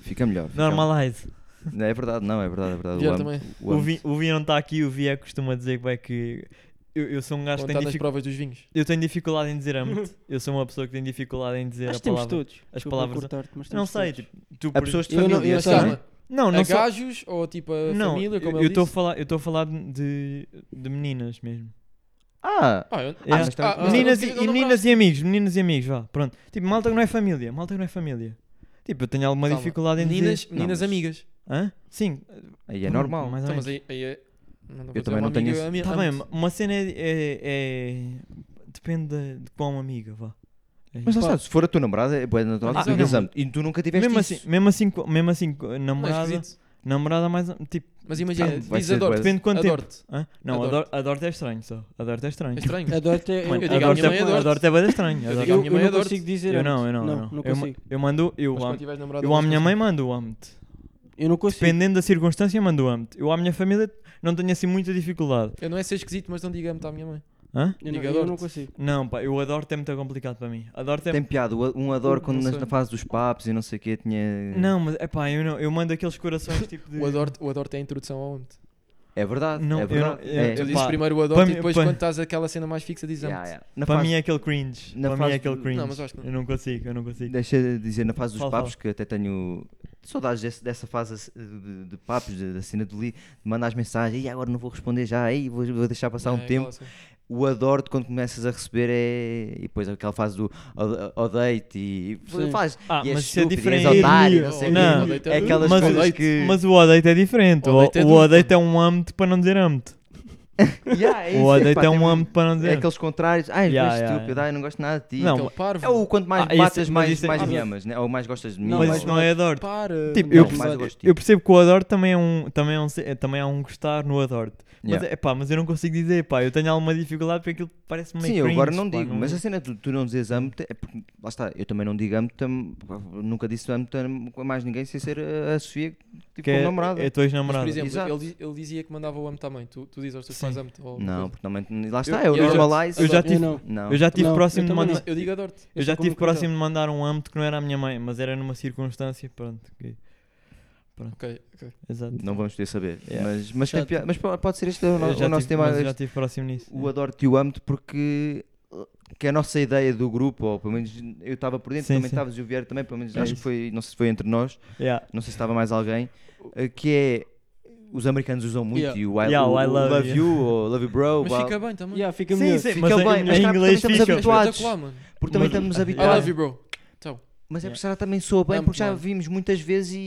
[SPEAKER 3] Fica melhor. fica
[SPEAKER 2] normalize.
[SPEAKER 3] melhor. É verdade, não, é verdade, é verdade.
[SPEAKER 1] Vieram
[SPEAKER 3] amo-te,
[SPEAKER 1] também.
[SPEAKER 3] o
[SPEAKER 2] O
[SPEAKER 3] amo-te.
[SPEAKER 2] Vi, o vi não está aqui, o Vi é que costuma dizer que, é que eu, eu sou um gajo
[SPEAKER 1] Quando
[SPEAKER 2] que tem
[SPEAKER 1] está nas
[SPEAKER 2] dificu-
[SPEAKER 1] provas dos vinhos.
[SPEAKER 2] Eu tenho dificuldade em dizer
[SPEAKER 1] (laughs)
[SPEAKER 2] amo-te. Eu sou uma pessoa que tem dificuldade em dizer
[SPEAKER 4] Acho
[SPEAKER 2] a
[SPEAKER 4] que temos
[SPEAKER 2] palavra.
[SPEAKER 4] todos.
[SPEAKER 2] as
[SPEAKER 4] Desculpa
[SPEAKER 2] palavras-
[SPEAKER 4] cortar-te, mas
[SPEAKER 2] Não
[SPEAKER 4] temos
[SPEAKER 2] sei,
[SPEAKER 4] todos.
[SPEAKER 2] tipo, tu
[SPEAKER 3] Há
[SPEAKER 2] por-
[SPEAKER 3] pessoas de
[SPEAKER 4] Eu não-
[SPEAKER 3] família.
[SPEAKER 4] eu
[SPEAKER 1] Mas
[SPEAKER 4] sei.
[SPEAKER 3] também.
[SPEAKER 1] assim, calma,
[SPEAKER 2] Não,
[SPEAKER 1] a
[SPEAKER 2] não só-
[SPEAKER 1] gajos ou tipo a
[SPEAKER 2] Não,
[SPEAKER 1] família, como
[SPEAKER 2] eu-
[SPEAKER 1] ele
[SPEAKER 2] eu estou a
[SPEAKER 1] disse?
[SPEAKER 2] falar, eu estou a falar de, de meninas mesmo.
[SPEAKER 3] Ah,
[SPEAKER 1] Ah, eu-
[SPEAKER 2] Yeah.
[SPEAKER 1] mas-
[SPEAKER 3] Ah,
[SPEAKER 1] mas-
[SPEAKER 2] tá- meninas
[SPEAKER 1] eu
[SPEAKER 2] e,
[SPEAKER 1] não
[SPEAKER 2] e
[SPEAKER 1] namorava.
[SPEAKER 2] meninas e amigos, meninas e amigos, vá, pronto. Tipo, malta que não é família, malta que não é família. Tipo, eu tenho alguma
[SPEAKER 1] Calma.
[SPEAKER 2] dificuldade em
[SPEAKER 1] meninas,
[SPEAKER 2] dizer...
[SPEAKER 1] Meninas
[SPEAKER 3] Não, mas-
[SPEAKER 1] amigas.
[SPEAKER 2] Hã? Sim.
[SPEAKER 3] aí é normal.
[SPEAKER 2] Mais ou
[SPEAKER 1] Então, mas
[SPEAKER 2] menos.
[SPEAKER 1] aí, aí é- não, não vou
[SPEAKER 3] Eu
[SPEAKER 1] dizer
[SPEAKER 3] também
[SPEAKER 1] uma
[SPEAKER 3] não tenho
[SPEAKER 1] amiga,
[SPEAKER 3] esse-
[SPEAKER 1] a minha-
[SPEAKER 2] Tá
[SPEAKER 1] amo-te.
[SPEAKER 2] bem, uma cena é... é- é- Depende de, de qual amiga, vá. É
[SPEAKER 3] Mas
[SPEAKER 2] isso.
[SPEAKER 3] lá está, se for a tua namorada, é boa natural
[SPEAKER 1] Ah,
[SPEAKER 3] que digas
[SPEAKER 2] não.
[SPEAKER 3] amo-te. E tu nunca tiveste
[SPEAKER 2] mesmo
[SPEAKER 3] isso.
[SPEAKER 2] assim, mesmo assim, co- mesmo assim, co-
[SPEAKER 1] Não é
[SPEAKER 2] namorada,
[SPEAKER 1] esquisito.
[SPEAKER 2] namorada mais... Tipo,
[SPEAKER 1] Mas imagina,
[SPEAKER 3] Ah, vai
[SPEAKER 1] dizes
[SPEAKER 3] ser
[SPEAKER 1] adoro-te.
[SPEAKER 3] depois.
[SPEAKER 2] depende de quanto tempo.
[SPEAKER 1] Adoro-te.
[SPEAKER 2] Hã? Não,
[SPEAKER 1] Adoro-te.
[SPEAKER 2] adoro- adoro-te é estranho só. Adoro-te é estranho.
[SPEAKER 1] É estranho.
[SPEAKER 4] Adoro-te é.
[SPEAKER 2] Mano,
[SPEAKER 1] Eu digo à
[SPEAKER 2] adoro-te
[SPEAKER 1] minha mãe,
[SPEAKER 2] é-
[SPEAKER 1] adoro-te.
[SPEAKER 2] adoro-te é bué de estranho.
[SPEAKER 1] Eu
[SPEAKER 2] adoro-
[SPEAKER 1] digo à
[SPEAKER 4] Eu,
[SPEAKER 1] minha
[SPEAKER 4] eu
[SPEAKER 1] mãe
[SPEAKER 4] não
[SPEAKER 1] adoro-te.
[SPEAKER 4] consigo dizer.
[SPEAKER 2] Eu
[SPEAKER 4] antes.
[SPEAKER 2] não, eu não, eu
[SPEAKER 4] Não,
[SPEAKER 2] não.
[SPEAKER 4] não
[SPEAKER 2] Eu ma-
[SPEAKER 4] consigo.
[SPEAKER 2] Eu mando,
[SPEAKER 1] Mas
[SPEAKER 2] eu
[SPEAKER 1] quando
[SPEAKER 2] amo.
[SPEAKER 1] tiveres namorada,
[SPEAKER 2] Eu à
[SPEAKER 1] vais
[SPEAKER 2] minha
[SPEAKER 1] conseguir.
[SPEAKER 2] mãe mando o amo-te.
[SPEAKER 4] Eu não consigo.
[SPEAKER 2] Dependendo da circunstância, mando o âmbito. Eu à minha família não tenho assim muita dificuldade.
[SPEAKER 1] Eu não é ser esquisito, mas não diga-me à minha mãe.
[SPEAKER 2] Hã?
[SPEAKER 4] Eu, não,
[SPEAKER 1] Diga,
[SPEAKER 4] eu não
[SPEAKER 1] adoro-te.
[SPEAKER 4] consigo.
[SPEAKER 2] Não, pá, eu adoro é muito complicado para mim. Adoro é.
[SPEAKER 3] Tem piada. o- Um adoro quando
[SPEAKER 1] Não
[SPEAKER 3] nas-
[SPEAKER 1] sei.
[SPEAKER 3] na fase dos papos e não sei o quê tinha.
[SPEAKER 2] Não, mas é pá, eu não. Eu mando aqueles corações tipo de.
[SPEAKER 1] O Adorte, o Adorte é a introdução aonde?
[SPEAKER 3] É verdade.
[SPEAKER 2] Não,
[SPEAKER 3] é
[SPEAKER 2] eu
[SPEAKER 3] verdade.
[SPEAKER 2] não- eu-
[SPEAKER 3] é.
[SPEAKER 2] eu-
[SPEAKER 1] Tu
[SPEAKER 2] Epá,
[SPEAKER 1] dizes primeiro o Adorte
[SPEAKER 2] para
[SPEAKER 1] e
[SPEAKER 2] mim-
[SPEAKER 1] depois
[SPEAKER 2] para-
[SPEAKER 1] quando estás aquela cena mais fixa dizes
[SPEAKER 3] Yeah,
[SPEAKER 1] antes.
[SPEAKER 3] yeah. Na
[SPEAKER 2] Para
[SPEAKER 3] fase-
[SPEAKER 2] mim é aquele cringe.
[SPEAKER 3] na
[SPEAKER 2] Para mim é
[SPEAKER 3] fase
[SPEAKER 2] aquele
[SPEAKER 3] do-
[SPEAKER 2] cringe.
[SPEAKER 1] Não, mas eu acho que não.
[SPEAKER 2] Eu não consigo, eu não consigo.
[SPEAKER 3] Deixa de dizer, na fase dos
[SPEAKER 2] Fala,
[SPEAKER 3] papos, que até tenho saudades desse- dessa fase ass- de, de papos, de- da cena do li, de mandar as mensagens, e agora não vou responder já, ei, vou, vou deixar passar um
[SPEAKER 1] É,
[SPEAKER 3] tempo.
[SPEAKER 1] aquela cena.
[SPEAKER 3] O adoro de quando começas a receber é. E depois aquela fase do ode- odeio-te e.
[SPEAKER 4] Sim.
[SPEAKER 3] Faz,
[SPEAKER 2] Ah,
[SPEAKER 3] e és
[SPEAKER 2] mas isso é
[SPEAKER 3] estúpido, e és
[SPEAKER 2] diferente.
[SPEAKER 3] otário, não sei o quê.
[SPEAKER 2] Não,
[SPEAKER 1] odeio-te
[SPEAKER 3] é
[SPEAKER 1] é-
[SPEAKER 3] aquelas
[SPEAKER 2] mas-
[SPEAKER 3] coisas
[SPEAKER 1] odeio-te.
[SPEAKER 3] que.
[SPEAKER 2] Mas o odeito é diferente. O,
[SPEAKER 1] Odeito é
[SPEAKER 2] o
[SPEAKER 1] duro.
[SPEAKER 2] odeito é um âmbito para não dizer âmbito.
[SPEAKER 3] (laughs) Yeah, é isso,
[SPEAKER 2] O
[SPEAKER 3] pá,
[SPEAKER 2] odeito é
[SPEAKER 3] tem
[SPEAKER 2] um âmbito para não
[SPEAKER 3] É
[SPEAKER 2] dizer.
[SPEAKER 3] aqueles contrários, ai,
[SPEAKER 2] Yeah,
[SPEAKER 3] és
[SPEAKER 2] yeah,
[SPEAKER 3] estúpido,
[SPEAKER 2] yeah.
[SPEAKER 3] ai, não gosto nada de ti.
[SPEAKER 2] Não,
[SPEAKER 1] Aquele parvo.
[SPEAKER 3] É o quanto mais
[SPEAKER 2] Ah, isso- mas
[SPEAKER 3] batas, mais,
[SPEAKER 2] isso é-
[SPEAKER 3] mais
[SPEAKER 2] ah,
[SPEAKER 3] me
[SPEAKER 2] mas-
[SPEAKER 3] amas, né? ou mais gostas de mim.
[SPEAKER 4] Não,
[SPEAKER 2] Mas
[SPEAKER 3] ou-
[SPEAKER 2] isso não é adorte.
[SPEAKER 1] Para.
[SPEAKER 2] Tipo,
[SPEAKER 1] Não,
[SPEAKER 2] eu-
[SPEAKER 1] mas-
[SPEAKER 3] mais eu gosto de ti.
[SPEAKER 2] Eu percebo que o adorte também é um, também é um, se- é- também há um gostar no adorte. Mas,
[SPEAKER 3] Yeah.
[SPEAKER 2] é, pá, mas eu não consigo dizer, pá, eu tenho alguma dificuldade porque aquilo parece-me meio
[SPEAKER 3] Sim, eu agora
[SPEAKER 2] cringe,
[SPEAKER 3] não
[SPEAKER 2] pá, é.
[SPEAKER 3] digo, mas é a cena de tu não dizes amo é porque, lá está, eu também não digo amo nunca disse amo a mais ninguém sem ser a, a Sofia, tipo,
[SPEAKER 2] que
[SPEAKER 3] como
[SPEAKER 2] é,
[SPEAKER 3] namorada.
[SPEAKER 2] é a tua
[SPEAKER 1] Mas,
[SPEAKER 2] ex-namorada.
[SPEAKER 1] por exemplo,
[SPEAKER 3] Exato.
[SPEAKER 1] ele, diz- ele dizia que mandava o amo também. Tu, tu dizes aos teus
[SPEAKER 2] Sim.
[SPEAKER 1] pais amo ou
[SPEAKER 3] Não, porque também, lá está,
[SPEAKER 1] Eu-
[SPEAKER 3] é o
[SPEAKER 1] eu já-
[SPEAKER 3] normalize.
[SPEAKER 2] eu já
[SPEAKER 4] Eu
[SPEAKER 2] tive,
[SPEAKER 4] não.
[SPEAKER 3] Não,
[SPEAKER 2] eu já tive
[SPEAKER 4] Não,
[SPEAKER 2] próximo
[SPEAKER 4] eu
[SPEAKER 2] de
[SPEAKER 4] também
[SPEAKER 2] mandar,
[SPEAKER 1] Eu digo adoro-te.
[SPEAKER 2] eu
[SPEAKER 4] Eu
[SPEAKER 2] já
[SPEAKER 4] sou
[SPEAKER 2] tive
[SPEAKER 4] complicado.
[SPEAKER 2] próximo de mandar um âmbito que não era a minha mãe, mas era numa circunstância, pronto, que-
[SPEAKER 1] Ok, ok.
[SPEAKER 2] exato.
[SPEAKER 3] não vamos poder saber.
[SPEAKER 2] Yeah.
[SPEAKER 3] Mas, mas, tem
[SPEAKER 4] Já
[SPEAKER 3] piada- mas po- pode ser este o,
[SPEAKER 2] Eu
[SPEAKER 3] no-
[SPEAKER 2] já
[SPEAKER 3] o nosso
[SPEAKER 2] tive-
[SPEAKER 3] tema,
[SPEAKER 2] mas eu já
[SPEAKER 3] este-
[SPEAKER 2] tive próximo nisso.
[SPEAKER 3] o adoro-te e o amo-te, porque uh, que a nossa ideia do grupo, ou pelo menos eu estava por dentro,
[SPEAKER 2] Sim,
[SPEAKER 3] também
[SPEAKER 2] sim.
[SPEAKER 3] estavas e o Vieira também, pelo menos
[SPEAKER 2] É
[SPEAKER 3] acho que
[SPEAKER 2] isso.
[SPEAKER 3] foi, não sei se foi entre nós,
[SPEAKER 2] Yeah.
[SPEAKER 3] não sei se estava mais alguém, eh, que é os americanos usam muito
[SPEAKER 1] Yeah.
[SPEAKER 3] e o I,
[SPEAKER 2] Yeah,
[SPEAKER 3] o-
[SPEAKER 2] o I
[SPEAKER 3] o
[SPEAKER 2] love
[SPEAKER 3] love
[SPEAKER 2] you.
[SPEAKER 3] you ou love you bro,
[SPEAKER 1] Mas
[SPEAKER 3] uau.
[SPEAKER 1] fica bem também.
[SPEAKER 4] Yeah, fica
[SPEAKER 2] Sim,
[SPEAKER 4] melhor.
[SPEAKER 2] sim,
[SPEAKER 3] Fica
[SPEAKER 2] mas
[SPEAKER 3] bem,
[SPEAKER 2] em-
[SPEAKER 3] mas
[SPEAKER 2] em
[SPEAKER 3] cá
[SPEAKER 2] inglês
[SPEAKER 3] também
[SPEAKER 2] fica.
[SPEAKER 1] É
[SPEAKER 3] estamos habituados,
[SPEAKER 1] espetacular, mano.
[SPEAKER 3] porque também
[SPEAKER 2] Mas-
[SPEAKER 3] estamos
[SPEAKER 2] I
[SPEAKER 1] I
[SPEAKER 3] habituados.
[SPEAKER 1] love you, bro. Então,
[SPEAKER 3] Mas é
[SPEAKER 2] Yeah.
[SPEAKER 3] porque Sara também soa bem,
[SPEAKER 1] Amo-te,
[SPEAKER 3] porque já
[SPEAKER 1] mano.
[SPEAKER 3] vimos muitas vezes e,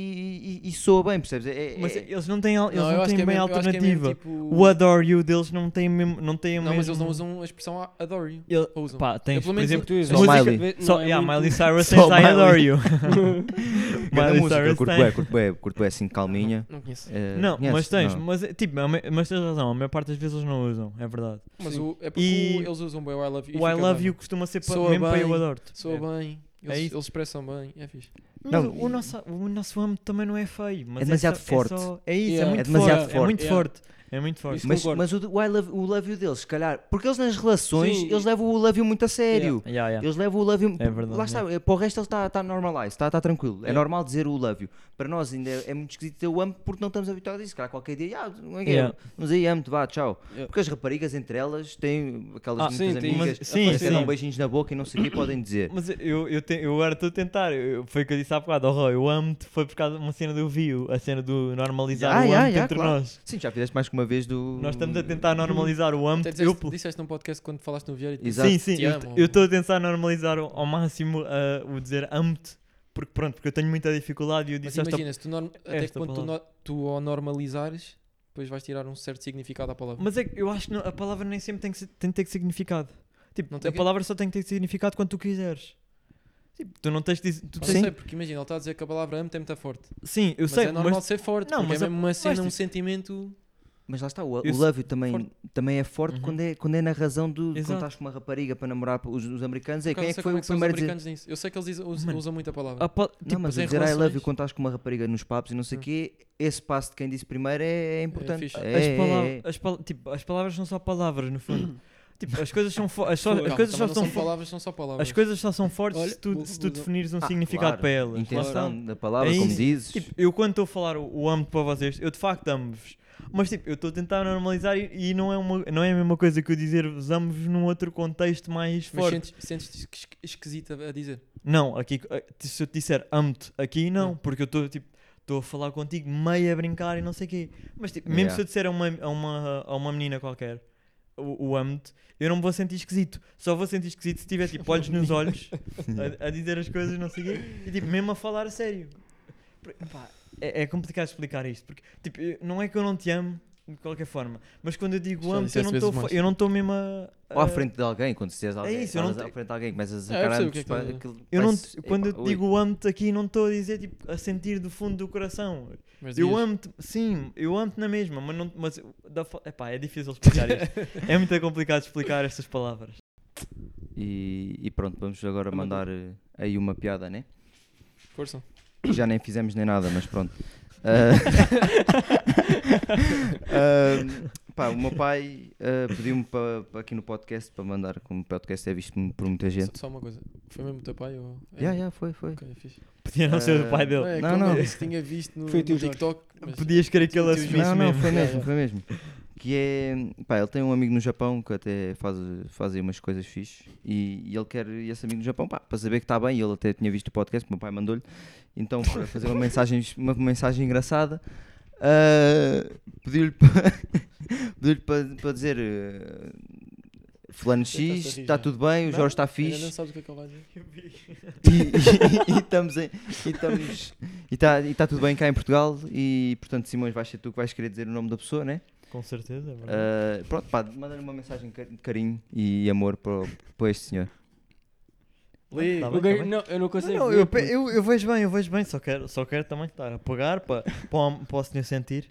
[SPEAKER 3] e- e soa bem, percebes? É- é-
[SPEAKER 2] Mas
[SPEAKER 3] é-
[SPEAKER 2] eles não têm, al- eles
[SPEAKER 1] não,
[SPEAKER 2] não,
[SPEAKER 1] eu acho que
[SPEAKER 2] têm
[SPEAKER 1] é
[SPEAKER 2] bem
[SPEAKER 1] mesmo- eu acho que é mesmo
[SPEAKER 2] alternativa.
[SPEAKER 1] tipo-
[SPEAKER 2] O adore you deles não tem mesmo, não tem a
[SPEAKER 1] Não, mas eles não
[SPEAKER 2] mesma-
[SPEAKER 1] usam a expressão a- adore you.
[SPEAKER 2] Ele-
[SPEAKER 1] Ou usam.
[SPEAKER 2] Pá, tens,
[SPEAKER 1] pelo
[SPEAKER 2] por
[SPEAKER 1] menos
[SPEAKER 2] exemplo,
[SPEAKER 4] Tu és
[SPEAKER 3] Só
[SPEAKER 4] um-
[SPEAKER 3] Miley.
[SPEAKER 4] vê- não
[SPEAKER 2] só,
[SPEAKER 4] é
[SPEAKER 2] yeah,
[SPEAKER 4] muito-
[SPEAKER 1] (laughs)
[SPEAKER 2] Miley Cyrus
[SPEAKER 3] Só
[SPEAKER 2] says I
[SPEAKER 3] Miley.
[SPEAKER 2] adore you.
[SPEAKER 3] cada
[SPEAKER 2] Miley
[SPEAKER 3] música,
[SPEAKER 2] Cyrus
[SPEAKER 3] curto
[SPEAKER 2] tem.
[SPEAKER 3] bem, curto bem, curto bem assim, calminha.
[SPEAKER 1] Não conheço.
[SPEAKER 3] Eh,
[SPEAKER 2] Não,
[SPEAKER 3] conheces?
[SPEAKER 2] mas tens,
[SPEAKER 3] Não.
[SPEAKER 2] Mas, é, tipo, a me- mas tens razão, a maior parte das vezes eles não usam, é verdade.
[SPEAKER 1] Mas
[SPEAKER 4] Sim.
[SPEAKER 1] o- é porque
[SPEAKER 2] E-
[SPEAKER 1] o- eles usam bem o I love you. e
[SPEAKER 2] O I
[SPEAKER 1] fica
[SPEAKER 2] love
[SPEAKER 1] bem,
[SPEAKER 2] you
[SPEAKER 1] mano.
[SPEAKER 2] costuma ser pa,
[SPEAKER 1] Soa
[SPEAKER 2] mesmo para
[SPEAKER 1] bem,
[SPEAKER 2] eu adoro-te.
[SPEAKER 1] Soa bem. Eles,
[SPEAKER 2] isso.
[SPEAKER 1] eles expressam bem. É fixe.
[SPEAKER 2] Mas
[SPEAKER 3] Não,
[SPEAKER 2] o, o nosso, o nosso âmbito também não é feio. Mas
[SPEAKER 3] É demasiado
[SPEAKER 2] só-
[SPEAKER 3] forte.
[SPEAKER 2] É, só- é isso,
[SPEAKER 4] Yeah.
[SPEAKER 2] é muito
[SPEAKER 3] É demasiado
[SPEAKER 2] forte.
[SPEAKER 3] forte.
[SPEAKER 2] É muito
[SPEAKER 4] Yeah.
[SPEAKER 2] forte. É muito forte.
[SPEAKER 4] Isso
[SPEAKER 3] Mas,
[SPEAKER 4] concordo.
[SPEAKER 3] mas o, do- o I love, o love you deles, se calhar, porque eles nas relações,
[SPEAKER 4] Sim.
[SPEAKER 3] eles levam o love you muito a sério.
[SPEAKER 2] Yeah, yeah.
[SPEAKER 3] Eles levam o love you.
[SPEAKER 2] É verdade,
[SPEAKER 3] lá está, para o resto ele está está normalized, está está tranquilo. É,
[SPEAKER 4] É.
[SPEAKER 3] normal dizer o love you. Para nós ainda é, é muito esquisito dizer o amo porque não estamos habituados a isso. Cara, qualquer dia, ah, como é que é?
[SPEAKER 2] Yeah.
[SPEAKER 3] vamos aí, amo-te, vá, tchau.
[SPEAKER 4] Yeah.
[SPEAKER 3] Porque as raparigas entre elas têm aquelas
[SPEAKER 2] Ah,
[SPEAKER 3] muitas
[SPEAKER 4] sim, tem-
[SPEAKER 3] amigas
[SPEAKER 2] mas- sim,
[SPEAKER 3] que até
[SPEAKER 2] sim.
[SPEAKER 3] dão beijinhos na boca e não sei o que podem dizer.
[SPEAKER 2] Mas eu, eu, te- eu agora estou a tentar. eu- foi o que eu disse há bocado. Oh, Roy, eu amo-te. Foi por causa de uma cena do Vio, a cena do normalizar
[SPEAKER 3] Ah,
[SPEAKER 2] o amo
[SPEAKER 3] yeah, yeah,
[SPEAKER 2] entre
[SPEAKER 3] claro.
[SPEAKER 2] nós.
[SPEAKER 3] Sim, já fizeste mais que uma vez do.
[SPEAKER 2] Nós estamos a tentar normalizar o amo.
[SPEAKER 1] Até
[SPEAKER 2] Eu,
[SPEAKER 1] disseste, disseste num podcast quando falaste no Vieira. e tu-
[SPEAKER 3] Exato.
[SPEAKER 2] Sim, sim,
[SPEAKER 1] Te
[SPEAKER 2] eu
[SPEAKER 1] amo,
[SPEAKER 2] t-
[SPEAKER 1] ou-
[SPEAKER 2] eu estou a tentar normalizar ao, ao máximo ah, o dizer amo-te, porque pronto, porque eu tenho muita dificuldade e eu
[SPEAKER 1] Mas
[SPEAKER 2] disse esta-
[SPEAKER 1] imagina, se tu norm- até que
[SPEAKER 2] esta
[SPEAKER 1] quando tu, no- tu ao normalizares, depois vais tirar um certo significado à palavra.
[SPEAKER 2] Mas é que eu acho que não- a palavra nem sempre tem que, ser- tem que ter significado. Tipo,
[SPEAKER 1] Não tem
[SPEAKER 2] a
[SPEAKER 1] que-
[SPEAKER 2] palavra só tem que ter significado quando tu quiseres. Tipo, tu não tens de dizer- tu
[SPEAKER 1] Não
[SPEAKER 2] tens-
[SPEAKER 1] sei, porque imagina, ele está a dizer que a palavra amo é muito forte.
[SPEAKER 2] Sim, eu
[SPEAKER 1] mas
[SPEAKER 2] sei,
[SPEAKER 1] é normal
[SPEAKER 2] mas
[SPEAKER 1] ser forte,
[SPEAKER 2] Não,
[SPEAKER 1] porque
[SPEAKER 2] mas
[SPEAKER 1] é
[SPEAKER 2] a-
[SPEAKER 1] mesmo uma cena, um
[SPEAKER 2] tipo-
[SPEAKER 1] sentimento.
[SPEAKER 3] Mas lá está, o, o
[SPEAKER 2] Isso-
[SPEAKER 3] love you também,
[SPEAKER 1] forte.
[SPEAKER 3] também é forte
[SPEAKER 2] Uhum.
[SPEAKER 3] quando, é, quando é na razão do. Quando
[SPEAKER 2] Exato.
[SPEAKER 3] estás com uma rapariga para namorar os, os americanos, é
[SPEAKER 1] Por acaso
[SPEAKER 3] quem
[SPEAKER 1] não
[SPEAKER 3] é
[SPEAKER 1] sei
[SPEAKER 3] que foi
[SPEAKER 1] como
[SPEAKER 3] o
[SPEAKER 1] é que são os
[SPEAKER 3] primeiro a dizer.
[SPEAKER 1] americanos nisso. Eu sei que eles usam, usam-
[SPEAKER 2] Mano.
[SPEAKER 1] usam muito a palavra.
[SPEAKER 2] a pa- tipo,
[SPEAKER 3] não, mas
[SPEAKER 1] mas em
[SPEAKER 3] dizer I love you
[SPEAKER 1] relações-
[SPEAKER 3] quando estás com uma rapariga nos papos e não sei o
[SPEAKER 1] Hum.
[SPEAKER 3] quê, esse passo de quem disse primeiro é, é importante.
[SPEAKER 1] fixe.
[SPEAKER 3] É,
[SPEAKER 2] as,
[SPEAKER 3] é,
[SPEAKER 2] pala-
[SPEAKER 3] é.
[SPEAKER 2] as pala- tipo, as palavras são só palavras,
[SPEAKER 1] (coughs)
[SPEAKER 2] no fundo. tipo, as coisas são fo- as, só- as
[SPEAKER 1] Calma,
[SPEAKER 2] coisas
[SPEAKER 1] também
[SPEAKER 2] só
[SPEAKER 1] não
[SPEAKER 2] são
[SPEAKER 1] são
[SPEAKER 2] fo-
[SPEAKER 1] palavras, são só palavras.
[SPEAKER 2] as coisas só são fortes
[SPEAKER 1] Olha,
[SPEAKER 2] se tu,
[SPEAKER 1] vou- vou
[SPEAKER 2] se tu
[SPEAKER 1] dar-
[SPEAKER 2] definires um
[SPEAKER 3] Ah,
[SPEAKER 2] significado
[SPEAKER 3] claro.
[SPEAKER 2] para elas. Lá está.
[SPEAKER 3] Intenção da palavra,
[SPEAKER 2] É
[SPEAKER 3] como
[SPEAKER 2] isso.
[SPEAKER 3] dizes. (laughs)
[SPEAKER 2] Tipo, eu quando estou a falar o- o amo-te para vocês, eu de facto amo-vos. Mas tipo, eu estou a tentar normalizar e, e não, é uma, não é a mesma coisa que eu dizer-vos amo-vos num outro contexto mais
[SPEAKER 1] Mas
[SPEAKER 2] forte.
[SPEAKER 1] sentes- sentes-te esqui- esquisita a dizer.
[SPEAKER 2] Não, aqui, eh, se eu te disser amo-te, aqui não, porque eu estou tipo, estou a falar contigo meio a brincar e não sei o quê. Mas tipo, mesmo
[SPEAKER 3] Yeah.
[SPEAKER 2] se eu disser a uma, a uma, a uma menina qualquer o, o amo-te, eu não me vou sentir esquisito. Só vou sentir esquisito se tiver tipo olhos nos olhos a, a dizer as coisas, não sei o quê, e tipo, mesmo a falar a sério. Por- pá, é, é complicado explicar isto, porque tipo, eu- não é que eu não te amo. De qualquer forma, mas quando eu digo
[SPEAKER 1] Já
[SPEAKER 2] amo-te, eu
[SPEAKER 1] disseste
[SPEAKER 2] não estou a
[SPEAKER 1] vezes
[SPEAKER 2] fa-
[SPEAKER 1] mais.
[SPEAKER 2] eu não estou mesmo a.
[SPEAKER 3] Ou à
[SPEAKER 2] a-
[SPEAKER 3] frente de alguém, quando se diz alguém,
[SPEAKER 2] eh, isso, eu não
[SPEAKER 3] falas
[SPEAKER 2] te-
[SPEAKER 3] à frente de alguém, começas a
[SPEAKER 1] Ah, eu
[SPEAKER 3] sacar
[SPEAKER 1] percebo o
[SPEAKER 3] ambos,
[SPEAKER 1] que é que
[SPEAKER 3] pá,
[SPEAKER 1] estás a dizer.
[SPEAKER 3] aquilo
[SPEAKER 2] Eu não,
[SPEAKER 3] vai-se-
[SPEAKER 2] quando eu
[SPEAKER 3] epá,
[SPEAKER 2] te
[SPEAKER 3] ui.
[SPEAKER 2] digo eu amo-te aqui, não estou a dizer tipo, a sentir do fundo do coração.
[SPEAKER 1] Mas
[SPEAKER 2] Eu
[SPEAKER 1] dizes-
[SPEAKER 2] amo-te, sim, eu amo-te na mesma, mas, não, mas da, fo- epá, é difícil explicar isto. é muito complicado explicar estas palavras.
[SPEAKER 3] E, e pronto, vamos agora
[SPEAKER 4] Manda.
[SPEAKER 3] mandar eh, aí uma piada, né?
[SPEAKER 1] Força.
[SPEAKER 3] Que Já nem fizemos nem nada, mas pronto. (laughs) Ah, ah, Pá, o meu pai eh, pediu-me pa- pa- aqui no podcast para mandar, como o podcast é visto por muita gente.
[SPEAKER 1] Só, só uma coisa. Foi mesmo o teu pai? Ou... é?
[SPEAKER 3] Já, yeah, yeah, foi, foi.
[SPEAKER 1] Ok, fixe.
[SPEAKER 2] Podia não ser o pai
[SPEAKER 1] Não,
[SPEAKER 2] dele.
[SPEAKER 1] é,
[SPEAKER 3] Não,
[SPEAKER 1] não,
[SPEAKER 3] não.
[SPEAKER 1] não. Isso tinha visto no,
[SPEAKER 4] Foi o tio
[SPEAKER 1] no
[SPEAKER 4] Jorge.
[SPEAKER 1] TikTok. mas-
[SPEAKER 2] Podias crer que ele
[SPEAKER 1] Não,
[SPEAKER 2] assumisse
[SPEAKER 3] Não, não,
[SPEAKER 2] mesmo.
[SPEAKER 3] foi
[SPEAKER 1] Yeah,
[SPEAKER 3] mesmo,
[SPEAKER 1] yeah.
[SPEAKER 3] foi mesmo. Que é. Pá, ele tem um amigo no Japão que até faz, faz aí umas coisas fixe e, e ele quer esse amigo no Japão pá, para saber que está bem. E ele até tinha visto o podcast, meu pai mandou-lhe. Então, para fazer uma mensagem, uma mensagem engraçada, ah, pediu-lhe (laughs) para pediu para dizer. ah, Fulano X,
[SPEAKER 1] Estás a rir
[SPEAKER 3] está
[SPEAKER 1] já.
[SPEAKER 3] tudo bem, o
[SPEAKER 1] tá né? Não,
[SPEAKER 3] Jorge está
[SPEAKER 1] ainda
[SPEAKER 3] fixe,
[SPEAKER 1] não sabes o que é que ele vai dizer.
[SPEAKER 3] e, e- e estamos em, e estamos e está e tá tudo bem cá em Portugal e portanto Simões vais ser tu que vais querer dizer o nome da pessoa né
[SPEAKER 2] (laughs) Com certeza, é bro.
[SPEAKER 3] Ah, pronto pá manda-lhe uma mensagem de car- de carinho e amor para, o- para este senhor
[SPEAKER 1] Lê.
[SPEAKER 2] Tá
[SPEAKER 4] Eu
[SPEAKER 2] bem,
[SPEAKER 4] ganho-
[SPEAKER 2] tá bem.
[SPEAKER 4] não, eu não consigo.
[SPEAKER 2] Não,
[SPEAKER 4] ver,
[SPEAKER 2] eu,
[SPEAKER 4] puto.
[SPEAKER 2] pe- eu, eu vejo bem, eu vejo bem, só quero, só quero também estar a pagar para, para, para o senhor sentir.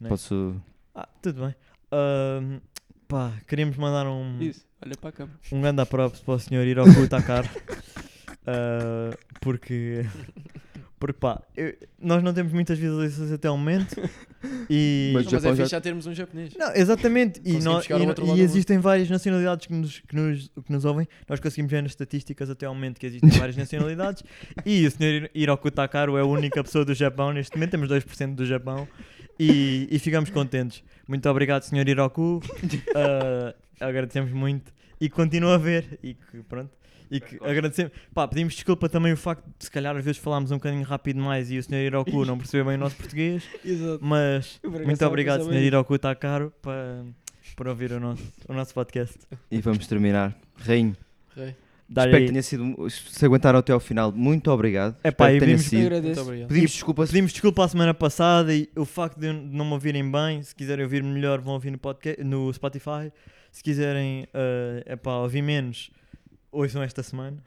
[SPEAKER 2] Né?
[SPEAKER 3] posso
[SPEAKER 2] Ah, tudo bem. Ahm, pá, queríamos mandar um,
[SPEAKER 4] Isso, olha para a câmera.
[SPEAKER 2] um grande props para o senhor Hiroku Takar. Ah, porque, porque pá, eu- nós não temos muitas visualizações até ao momento e...
[SPEAKER 3] Mas
[SPEAKER 1] Não, mas é
[SPEAKER 3] Japão já-
[SPEAKER 1] fixe já termos um japonês.
[SPEAKER 2] Não, exatamente. E,
[SPEAKER 1] Conseguimos
[SPEAKER 2] nó-
[SPEAKER 1] chegar ao
[SPEAKER 2] e nó-
[SPEAKER 1] outro
[SPEAKER 2] e
[SPEAKER 1] lado do mundo.
[SPEAKER 2] existem várias nacionalidades que nos, que, nos, que nos ouvem. Nós conseguimos ver nas estatísticas até ao momento que
[SPEAKER 1] (laughs)
[SPEAKER 2] existem várias nacionalidades. E o Sr. Hiroku Takaro é a única pessoa do Japão neste momento. Temos 2% do Japão. E, e ficamos contentes. Muito obrigado,
[SPEAKER 1] (laughs)
[SPEAKER 2] Sr. Hiroku. Ah, agradecemos muito. E continua a ver. E que, pronto. E que agradecemos. Pá, pedimos desculpa também o facto de se calhar às vezes falámos um bocadinho rápido demais e o Sr. Hiroku não percebeu bem o nosso português.
[SPEAKER 4] Exato.
[SPEAKER 2] Mas
[SPEAKER 4] Eu por acaso
[SPEAKER 2] muito
[SPEAKER 4] estava a
[SPEAKER 2] obrigado,
[SPEAKER 4] pensar
[SPEAKER 2] Sr.
[SPEAKER 4] bem
[SPEAKER 2] Hiroku Takaro, para, por ouvir o nosso, o nosso podcast.
[SPEAKER 3] e vamos terminar rainho
[SPEAKER 1] Ok.
[SPEAKER 2] Dar-lhe
[SPEAKER 3] espero que
[SPEAKER 2] aí-
[SPEAKER 3] tenha sido se aguentaram até ao final muito obrigado
[SPEAKER 2] Epá,
[SPEAKER 3] Espero
[SPEAKER 2] e
[SPEAKER 3] que
[SPEAKER 2] vimos-
[SPEAKER 3] tenha
[SPEAKER 4] nisso. Eu
[SPEAKER 3] sido.
[SPEAKER 1] Muito
[SPEAKER 4] agradeço.
[SPEAKER 1] obrigado.
[SPEAKER 3] pedimos desculpa se
[SPEAKER 2] Pedimos desculpa a semana passada e o facto de não me ouvirem bem. Se quiserem ouvir melhor, vão ouvir no, podcast, no Spotify. Se quiserem é epá, ouvir menos, ouçam esta semana.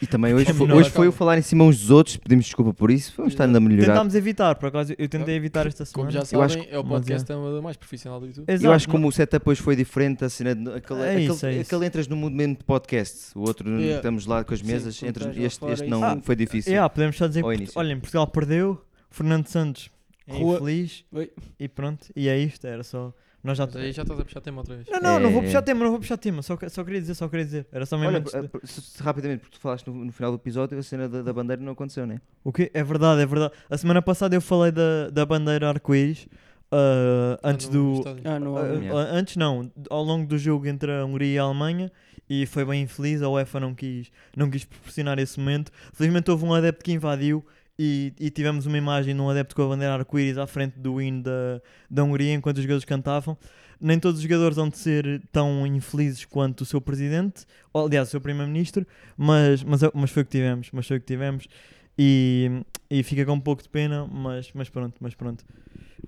[SPEAKER 3] e também hoje
[SPEAKER 2] Como
[SPEAKER 3] foi,
[SPEAKER 2] não,
[SPEAKER 3] hoje foi
[SPEAKER 1] calma.
[SPEAKER 3] o falar em cima uns dos outros pedimos desculpa por isso vamos estar ainda a melhorar
[SPEAKER 2] Tentámos evitar, por acaso, eu tentei evitar esta semana.
[SPEAKER 1] Como já
[SPEAKER 3] Eu acho
[SPEAKER 1] sabem, é o
[SPEAKER 2] mas
[SPEAKER 1] podcast amador mais profissional do YouTube.
[SPEAKER 2] Exato,
[SPEAKER 3] eu acho que
[SPEAKER 2] mas-
[SPEAKER 3] como o setup hoje foi diferente, a cena de- aquele,
[SPEAKER 2] É
[SPEAKER 3] aquele,
[SPEAKER 2] isso, é isso.
[SPEAKER 3] aquele entras no movimento de podcast, o outro
[SPEAKER 4] Yeah.
[SPEAKER 3] estamos lá com as
[SPEAKER 4] Sim,
[SPEAKER 3] mesas,
[SPEAKER 4] quando
[SPEAKER 3] entras-
[SPEAKER 4] estás lá
[SPEAKER 3] este,
[SPEAKER 4] fora,
[SPEAKER 3] este
[SPEAKER 4] isso.
[SPEAKER 3] não
[SPEAKER 2] Ah,
[SPEAKER 3] foi difícil.
[SPEAKER 2] Yeah, podemos só dizer
[SPEAKER 3] Ao
[SPEAKER 2] que
[SPEAKER 3] início.
[SPEAKER 2] olhem, Portugal perdeu, Fernando Santos é
[SPEAKER 4] Rua-
[SPEAKER 2] infeliz
[SPEAKER 4] Oi.
[SPEAKER 2] e pronto, e é isto, era só. Nós já
[SPEAKER 1] Mas aí já estás a puxar tema outra vez.
[SPEAKER 2] Não, não, não vou
[SPEAKER 3] É.
[SPEAKER 2] puxar tema, não vou puxar tema, só, que- só queria dizer, só queria dizer. Era só mesmo.
[SPEAKER 3] Olha,
[SPEAKER 2] antes de-
[SPEAKER 3] eh, se- se- rapidamente, porque tu falaste no, no final do episódio, a cena da, da bandeira não aconteceu, né?
[SPEAKER 2] O quê? É verdade, é verdade. A semana passada eu falei da, da bandeira arco-íris ah,
[SPEAKER 1] Ah,
[SPEAKER 2] antes
[SPEAKER 1] não,
[SPEAKER 2] do.
[SPEAKER 1] está-
[SPEAKER 4] Ah, não
[SPEAKER 2] ah,
[SPEAKER 4] há.
[SPEAKER 3] Yeah.
[SPEAKER 2] ah, antes não, ao longo do jogo entre a Hungria e a Alemanha e foi bem infeliz, a UEFA não quis, não quis proporcionar esse momento. Felizmente houve um adepto que invadiu e, e tivemos uma imagem de um adepto com a bandeira arco-íris à frente do hino da, da Hungria enquanto os jogadores cantavam. Nem todos os jogadores hão de ser tão infelizes quanto o seu presidente, ou, aliás, o seu primeiro-ministro, mas, mas, é, mas foi o que tivemos, mas foi o que tivemos. E, e fica com um pouco de pena, mas, mas pronto, mas pronto.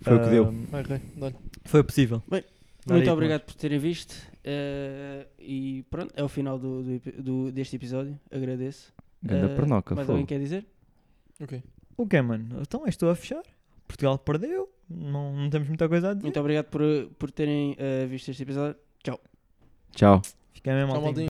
[SPEAKER 3] Foi o que deu.
[SPEAKER 2] Ah,
[SPEAKER 1] Vai, vai, dá-lhe.
[SPEAKER 2] Foi possível.
[SPEAKER 4] Bem,
[SPEAKER 2] Dá aí,
[SPEAKER 4] Muito
[SPEAKER 2] Tomás.
[SPEAKER 4] obrigado por terem visto. eh, e pronto, é o final do, do epi- do- deste episódio. Agradeço.
[SPEAKER 3] Ganda
[SPEAKER 4] Eh,
[SPEAKER 3] pernoca,
[SPEAKER 4] Mais
[SPEAKER 3] fogo.
[SPEAKER 4] alguém quer dizer?
[SPEAKER 1] Ok.
[SPEAKER 2] O que é, mano? Então estou a fechar. Portugal perdeu. Não, não temos muita coisa a dizer.
[SPEAKER 4] Muito obrigado por, por terem eh, visto este episódio.
[SPEAKER 3] Tchau.
[SPEAKER 2] Fiquei mesmo
[SPEAKER 1] Tchau,
[SPEAKER 2] altinho.
[SPEAKER 1] maldinho.